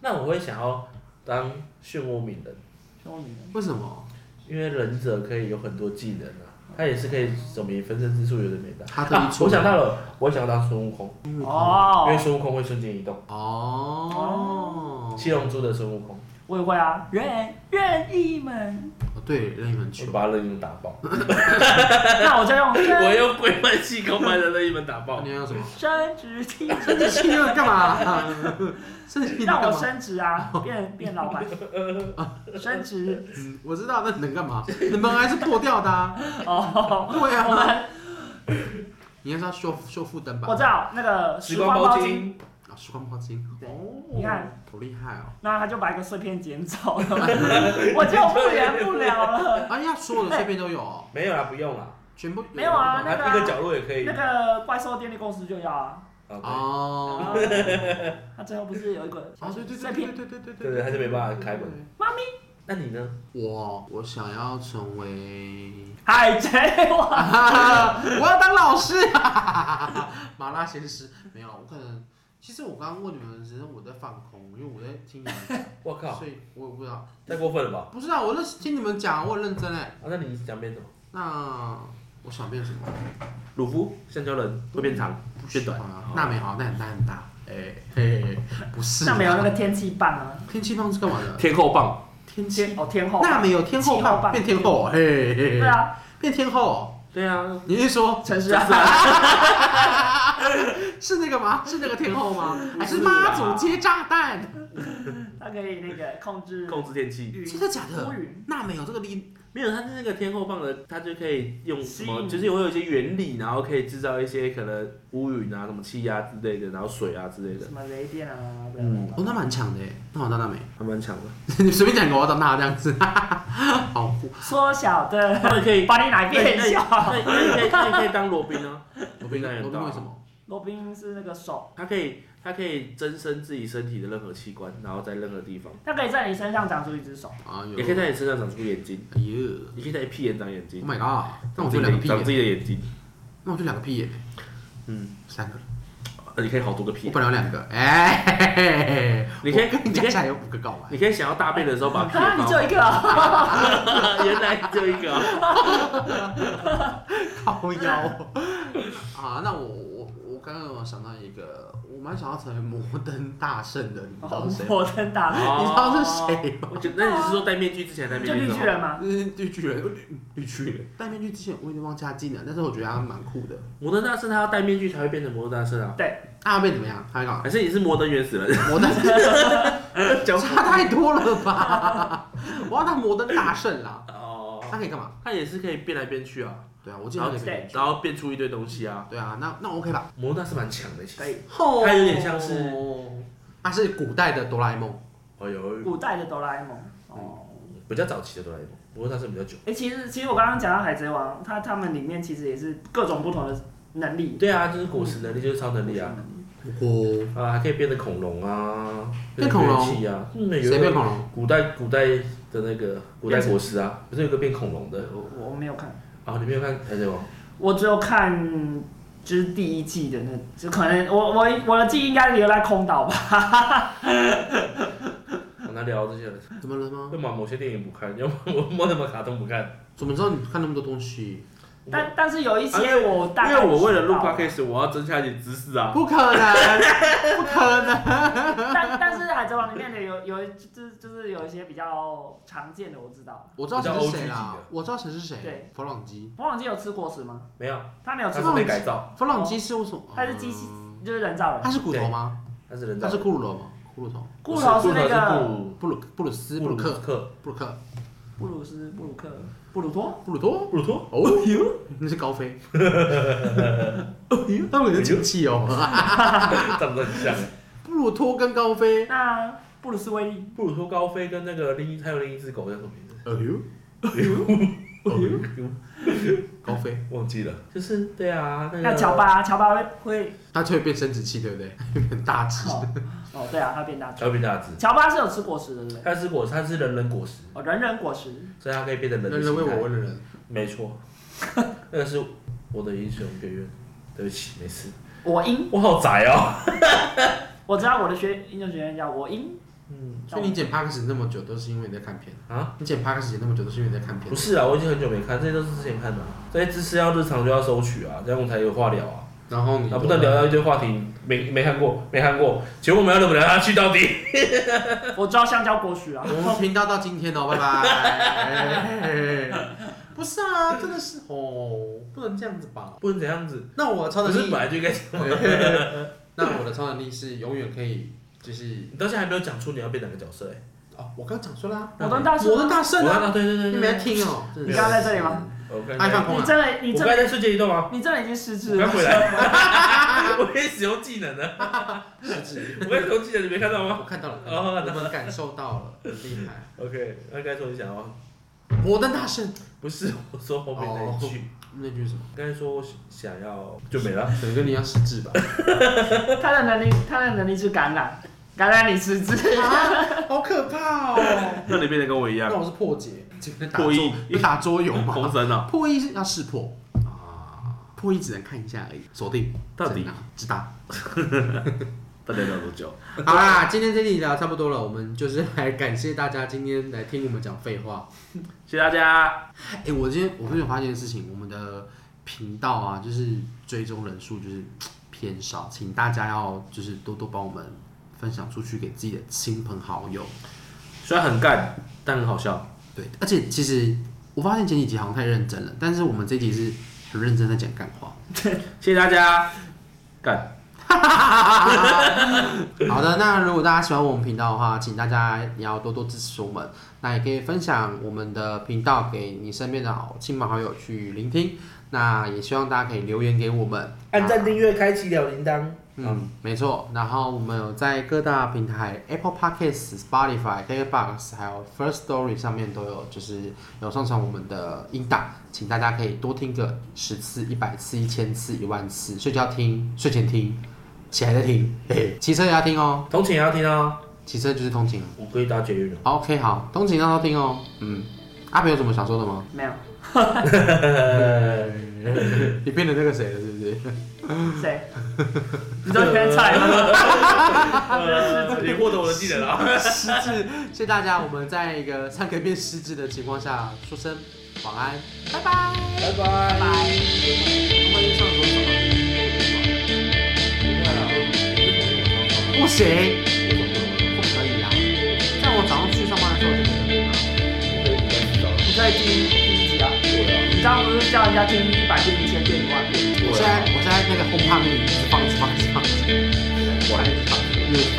Speaker 2: 那我会想要当漩涡鸣人，
Speaker 3: 说明了
Speaker 1: 为什么？
Speaker 2: 因为忍者可以有很多技能啊，他也是可以怎么也分身之术有点没打。
Speaker 1: 他特意
Speaker 2: 啊
Speaker 1: 出
Speaker 2: 我
Speaker 1: 门
Speaker 2: 想到了，我想要当孙悟空，因为
Speaker 3: 哦，
Speaker 2: 孙悟空会瞬间移动，
Speaker 1: 哦。
Speaker 2: 七龙珠的孙悟空，
Speaker 3: 我也会啊，任任意门，
Speaker 1: 哦对，任意门
Speaker 2: 我
Speaker 1: 球。
Speaker 2: 把任意门打爆，
Speaker 3: 那我就用
Speaker 2: 我
Speaker 3: 生
Speaker 2: 用鬼门气功把任意门打爆
Speaker 1: 你。要用 什么？
Speaker 3: 生殖器，
Speaker 1: 生殖器又干 嘛？生殖器
Speaker 3: 让
Speaker 1: 能干嘛？
Speaker 3: 我升职啊，变变老板，升职
Speaker 1: 嗯，我知道，那能干嘛？你门还是破掉的 啊。
Speaker 3: 哦，
Speaker 1: 对
Speaker 3: 我
Speaker 1: 啊。
Speaker 3: 们
Speaker 1: 你要是要修修复灯吧？
Speaker 3: 我知道那个
Speaker 2: 时
Speaker 3: 时
Speaker 2: 光
Speaker 3: 光
Speaker 2: 包
Speaker 3: 包
Speaker 2: 金
Speaker 3: 金，
Speaker 1: 啊，时光包金，
Speaker 3: 对
Speaker 1: 哦，
Speaker 3: 你看，
Speaker 1: 好厉害哦！
Speaker 3: 那他就把一个碎片捡走了， 我就复原不了了。
Speaker 1: 哎呀，所有的碎片都有哦，
Speaker 2: 没有啦，不用啦，
Speaker 1: 全部
Speaker 3: 没有啊那个
Speaker 2: 一个角落也可以
Speaker 3: 那。个怪兽电力公司就要啊，
Speaker 2: 啊，
Speaker 1: 哦，
Speaker 3: 他最后不是有一个
Speaker 1: 啊，对对
Speaker 3: 碎
Speaker 1: 对对
Speaker 3: 片？
Speaker 1: 对对对
Speaker 2: 对对还是没办法开门。那你呢？
Speaker 1: 我我想要成为，
Speaker 3: 海贼王，
Speaker 1: 我要当老师，啊麻辣鲜师没有，我可能。其实我刚刚问你们，只是我在放空，因为我在听你们
Speaker 2: 我
Speaker 1: 讲，
Speaker 2: 靠，
Speaker 1: 所以我也不知道。
Speaker 2: 太过分了吧？
Speaker 1: 不是啊，我认听你们讲，我很认真哎。
Speaker 2: 啊，那你想变什么？
Speaker 1: 那我想变什么？
Speaker 2: 鲁夫、橡胶人会变长，
Speaker 1: 不
Speaker 2: 变
Speaker 1: 喜
Speaker 2: 短
Speaker 1: 欢啊，那没好，那很大很大。哎嘿，不是啊。
Speaker 3: 那没有那个天气棒啊，
Speaker 1: 天气棒是干嘛的？
Speaker 2: 天后棒，
Speaker 1: 天
Speaker 3: 天
Speaker 1: 气
Speaker 3: 哦天后棒
Speaker 1: 那没有天后
Speaker 3: 气候
Speaker 1: 棒
Speaker 3: 棒
Speaker 1: 变天后，嘿嘿
Speaker 3: 对
Speaker 1: 嘿，
Speaker 3: 啊，
Speaker 1: 变天后。
Speaker 2: 对啊，
Speaker 1: 你是说
Speaker 3: 陈思啊，
Speaker 1: 是那个吗？是那个天后吗？还是
Speaker 2: 不是啦
Speaker 1: 妈祖接炸弹？
Speaker 3: 他可以那个控制
Speaker 2: 控制天气。
Speaker 3: 雨
Speaker 1: 真的假
Speaker 3: 乌
Speaker 1: 的？
Speaker 3: 云，
Speaker 1: 那没有这个力，
Speaker 2: 没有，它是那个天后棒的，它就可以用什
Speaker 3: 吸
Speaker 2: 么，
Speaker 3: 引
Speaker 2: 就是会有一些原理，然后可以制造一些可能乌云啊、什么气压之类的，然后水啊之类的，
Speaker 3: 什么雷电啊，不
Speaker 2: 嗯
Speaker 1: 哦，那蛮强的耶那我到那没？
Speaker 2: 还蛮强的。
Speaker 1: 你随便讲个，我到那这样子， 好酷！
Speaker 3: 缩小的，
Speaker 2: 他们可 以，
Speaker 3: 把你奶变
Speaker 2: 那
Speaker 3: 小。
Speaker 2: 那那你可以，那你可以当罗宾啊，
Speaker 1: 罗宾，
Speaker 2: 那也
Speaker 1: 罗宾
Speaker 2: 大
Speaker 1: 为什么？
Speaker 3: 罗宾是那个手，
Speaker 2: 它可以，它可以增生自己身体的任何器官，然后在任何地方，
Speaker 3: 它可以在你身上长出一只手。
Speaker 1: 啊，有
Speaker 2: 也可以在你身上长出眼睛，
Speaker 1: 哎呦
Speaker 2: 你可以在屁眼长眼睛
Speaker 1: ，Oh，my god！那我
Speaker 2: 自
Speaker 1: 就
Speaker 2: 己
Speaker 1: 两
Speaker 2: 的
Speaker 1: 个屁
Speaker 2: 长自
Speaker 1: 眼，
Speaker 2: 己的眼睛，
Speaker 1: 那我就两个屁眼，
Speaker 2: 嗯，
Speaker 1: 三个了，
Speaker 2: 呃你可以好多个屁
Speaker 1: 我
Speaker 2: 眼，
Speaker 1: 本来有两个，哎，嘿嘿嘿嘿
Speaker 2: 你可以
Speaker 1: 我跟你
Speaker 2: 你
Speaker 1: 讲
Speaker 2: 可以
Speaker 1: 起来有五个睾丸，
Speaker 2: 你可以想要大便的时候把屁
Speaker 3: 啊，
Speaker 2: 眼
Speaker 3: 你
Speaker 2: 放
Speaker 3: 只有一个啊，
Speaker 2: 原来只有一个、啊，
Speaker 1: 靠腰 啊！那我我我刚刚有想到一个，我蛮想要成为摩登大圣的，你知道是谁吗？
Speaker 3: 摩登大
Speaker 2: 哦
Speaker 1: 你知道是谁吗？
Speaker 2: 我觉得那你是说戴面具之前戴面
Speaker 3: 就
Speaker 2: 具啊
Speaker 3: 绿
Speaker 2: 的时
Speaker 3: 巨
Speaker 2: 候？
Speaker 3: 人吗？
Speaker 1: 就是绿巨人，绿绿巨人戴面具之前我有点忘记他技能，但是我觉得他蛮酷的。
Speaker 2: 摩登大圣他要戴面具才会变成摩登大圣啊，
Speaker 1: 他会变怎么样？他会干嘛？
Speaker 2: 还是你是摩登原始人？
Speaker 1: 摩登
Speaker 2: 讲
Speaker 1: 差太多了吧？ 我要当摩登大圣啦！
Speaker 2: 哦，
Speaker 1: 他可以干嘛？
Speaker 2: 他也是可以变来变去啊，
Speaker 1: 对啊，我记得他可以变。
Speaker 2: 然后变出一堆东西啊。
Speaker 1: 对啊，那那 OK 吧？
Speaker 2: 摩登大圣蛮强的，其
Speaker 3: 可
Speaker 2: 实。
Speaker 3: 以，
Speaker 1: 他
Speaker 2: 有点像是，
Speaker 1: 他是古代的哆啦 A 梦，
Speaker 2: 哦有，
Speaker 3: 古代的哆啦 A 梦。哦，
Speaker 2: 比较早期的哆啦 A 梦，摩登大圣比较久。
Speaker 3: 哎，其实其实我刚刚讲到海贼王，它它们里面其实也是各种不同的能力。
Speaker 2: 对啊，就是果实能力，就是超能力啊，
Speaker 1: 哦，
Speaker 2: 啊还可以变成恐龙啊，
Speaker 1: 变恐龙
Speaker 2: 变气啊，嗯，有
Speaker 1: 谁
Speaker 2: 一
Speaker 1: 变
Speaker 2: 个
Speaker 1: 恐龙？
Speaker 2: 古代古代的那个古代果实啊，不是有个变恐龙的？
Speaker 3: 我我没有看，
Speaker 2: 啊，你没有看海贼王？
Speaker 3: 我只有看。就是第一季的那，就可能我我我的记忆应该留在空岛吧。
Speaker 2: 很难聊这些了。
Speaker 1: 怎么了吗？
Speaker 2: 要么某些电影不看，要 么我摸什么卡通不看。
Speaker 1: 怎么知道你看那么多东西？
Speaker 3: 但但是有一
Speaker 2: 嗯啊因
Speaker 3: 些我
Speaker 2: 因
Speaker 3: 大概
Speaker 2: 为我为了录
Speaker 3: 知道
Speaker 2: podcast，我要增加一点知识啊。
Speaker 1: 不可能，不可能。
Speaker 3: 但但是海贼王里面的有有就是就是有一些比较常见的我知道。
Speaker 1: 我知道谁是谁
Speaker 2: 比较 OG
Speaker 1: 啦
Speaker 2: 级的，
Speaker 1: 我知道谁是谁。
Speaker 3: 对，
Speaker 1: 弗朗基。
Speaker 3: 王老基有吃果实吗？
Speaker 2: 没有，
Speaker 3: 他没有
Speaker 2: 它
Speaker 3: 吃
Speaker 2: 是
Speaker 3: 过，
Speaker 2: 被改哦造，
Speaker 1: 弗朗基是为什么？
Speaker 3: 他是机器
Speaker 1: 嗯，
Speaker 3: 就是人造人。
Speaker 1: 他是骨头吗？
Speaker 2: 它是人造
Speaker 1: 他。是骷髅头吗？骷髅头，
Speaker 3: 骷髅
Speaker 2: 是
Speaker 3: 是那个
Speaker 2: 布
Speaker 1: 布鲁布鲁斯布鲁克
Speaker 2: 克
Speaker 1: 布鲁克
Speaker 3: 布鲁斯、布鲁克、布鲁托。
Speaker 1: 布鲁托。
Speaker 2: 布 鲁托。
Speaker 1: 哦哟，那是高 飞。哦哟，他们有亲戚哦。
Speaker 2: 长得很 像。
Speaker 1: 布鲁托跟高飞。
Speaker 3: 那布鲁斯威利，
Speaker 2: 布鲁托高飞跟那个另一还有另一只狗叫什么 名字？
Speaker 1: 哦哟，
Speaker 2: 哦呦
Speaker 1: Oh, 高飞，
Speaker 2: 忘记了。就是对啊，那
Speaker 3: 那
Speaker 2: 个
Speaker 3: 乔，巴，乔巴会呃会
Speaker 1: 他就会变生殖器，对不对？ 很大只。
Speaker 3: 哦哦，对啊，他变大只。
Speaker 2: 乔比大只。
Speaker 3: 乔巴是有吃果实的，对不对？
Speaker 2: 它是果，它是人人果实，
Speaker 3: 哦，人人果实。
Speaker 2: 所以它可以变成人的
Speaker 1: 人人为
Speaker 2: 形态
Speaker 1: 我，为了人。
Speaker 2: 没错， 那个是我的英雄学院。对不起，没事。
Speaker 3: 我英，
Speaker 2: 我好宅 哦。
Speaker 3: 我知道我的学英雄学院叫我英，
Speaker 2: 嗯
Speaker 1: 所以你剪 p a 始那么久，都是因为你在看片。
Speaker 2: 啊，
Speaker 1: 你剪 p a 始剪那么久，都是因为你在看片
Speaker 2: 不。是啊，我已经很久没看，这些都是之前看的啊、这些知识要日常就要收取啊，这样我才有话聊啊。
Speaker 1: 然后你
Speaker 2: 啊，不断聊到一堆话题，没没看过，没看过，结果我们要怎么聊下去到底？
Speaker 3: 我知道香蕉果实啊。
Speaker 1: 我们频道到今天哦，拜拜。不是啊，真的是哦，不能这样子吧？
Speaker 2: 不能怎样子，
Speaker 1: 那我的超
Speaker 2: 不
Speaker 1: 能
Speaker 2: 是
Speaker 1: 力
Speaker 2: 本，来就应该，
Speaker 1: 那我的超能力是永远可以，就是
Speaker 2: 你到现在还没有讲出你要变哪个角色哎、
Speaker 1: 哦，我刚讲说啦，
Speaker 3: 摩登大
Speaker 1: 摩登
Speaker 3: 叔，
Speaker 1: 大圣
Speaker 2: 我
Speaker 1: 啊，
Speaker 2: 刚刚对对对
Speaker 1: 你
Speaker 2: 对
Speaker 1: 没在听哦。
Speaker 2: 对
Speaker 3: 你刚刚在这里吗？
Speaker 2: 我刚
Speaker 1: 爱放
Speaker 2: 才
Speaker 1: 空
Speaker 3: 你
Speaker 1: 啊，
Speaker 3: 真的，你
Speaker 2: 我
Speaker 3: 真
Speaker 2: 刚才
Speaker 3: 的，
Speaker 2: 在瞬间移动吗？
Speaker 3: 你真的已经失智
Speaker 2: 我
Speaker 3: 了
Speaker 2: 刚。回来，
Speaker 1: 啊
Speaker 2: 我可以使用技能的，
Speaker 1: 失智，
Speaker 2: 我可以使用技能，你没看到吗
Speaker 1: 我看到了，
Speaker 2: 哦
Speaker 1: 我们感受到了，很厉害。
Speaker 2: ？OK，那刚才说你想要，
Speaker 1: 摩登大圣
Speaker 2: 不是我说后面那一句，
Speaker 1: 那句是什么？
Speaker 2: 刚才说我想要就没了，
Speaker 1: 可能跟你一样失智 吧。
Speaker 3: 他的能力，他的能力是感染，感染你失智。
Speaker 1: 啊，好可怕 哦！
Speaker 2: 那你变得跟我一样
Speaker 1: 那我是破解，就是打
Speaker 2: 破
Speaker 1: 桌
Speaker 2: 译，
Speaker 1: 你打桌游吗？
Speaker 2: 红绳啊，
Speaker 1: 破译是要识破破译只能看一下而已，锁定
Speaker 2: 到底
Speaker 1: 在哪知道。
Speaker 2: 大家聊多久？
Speaker 1: 好啦，今天这里聊差不多了，我们就是来感谢大家今天来听我们讲废话。
Speaker 2: 谢谢大家。
Speaker 1: 哎、我今天我最近发现一件事情，我们的频道啊，就是追踪人数就是偏少，请大家要就是多多帮我们分享出去给自己的亲朋好友。
Speaker 2: 虽然很干，但很好笑。
Speaker 1: 对，而且其实我发现前几集好像太认真了，但是我们这集是很认真在讲干话。
Speaker 2: 谢谢大家，
Speaker 1: 好的，那如果大家喜欢我们频道的话，请大家也要多多支持我们。那也可以分享我们的频道给你身边的好亲朋好友去聆听。那也希望大家可以留言给我们，
Speaker 4: 按赞、订阅、开启小铃铛。
Speaker 1: 嗯，没错。然后我们有在各大平台 Apple Podcasts、Spotify、KKBox 还有 First Story 上面都有，就是有上传我们的音档，请大家可以多听个十次、一百次、一千次、一万次，睡觉听，睡前听，起来再听，嘿嘿骑车也要听哦，
Speaker 4: 同情也要听哦，
Speaker 1: 骑车就是通勤。
Speaker 4: 我可以搭捷运 了。
Speaker 1: 好，OK，好，通勤让他听哦。嗯，阿培有什么想说的吗？
Speaker 3: 没有
Speaker 1: 你变成那个谁了，是不是？
Speaker 3: 谁？你知道天才 吗？
Speaker 4: 呃你获得我的技能了。
Speaker 1: 失智，谢谢大家。我们在一个三个变失智的情况下，说声晚安，拜拜。
Speaker 4: 拜拜。
Speaker 1: 我们上多少？不行，不可以啊！这样我早上去上班的时候就没有啊。
Speaker 3: 你可以听第一集啊。你刚刚不是叫人家听一百遍、一千遍、一万遍？
Speaker 1: 我现在我现在那个轰趴那里一直放一直放一直放，一直放，越放越放。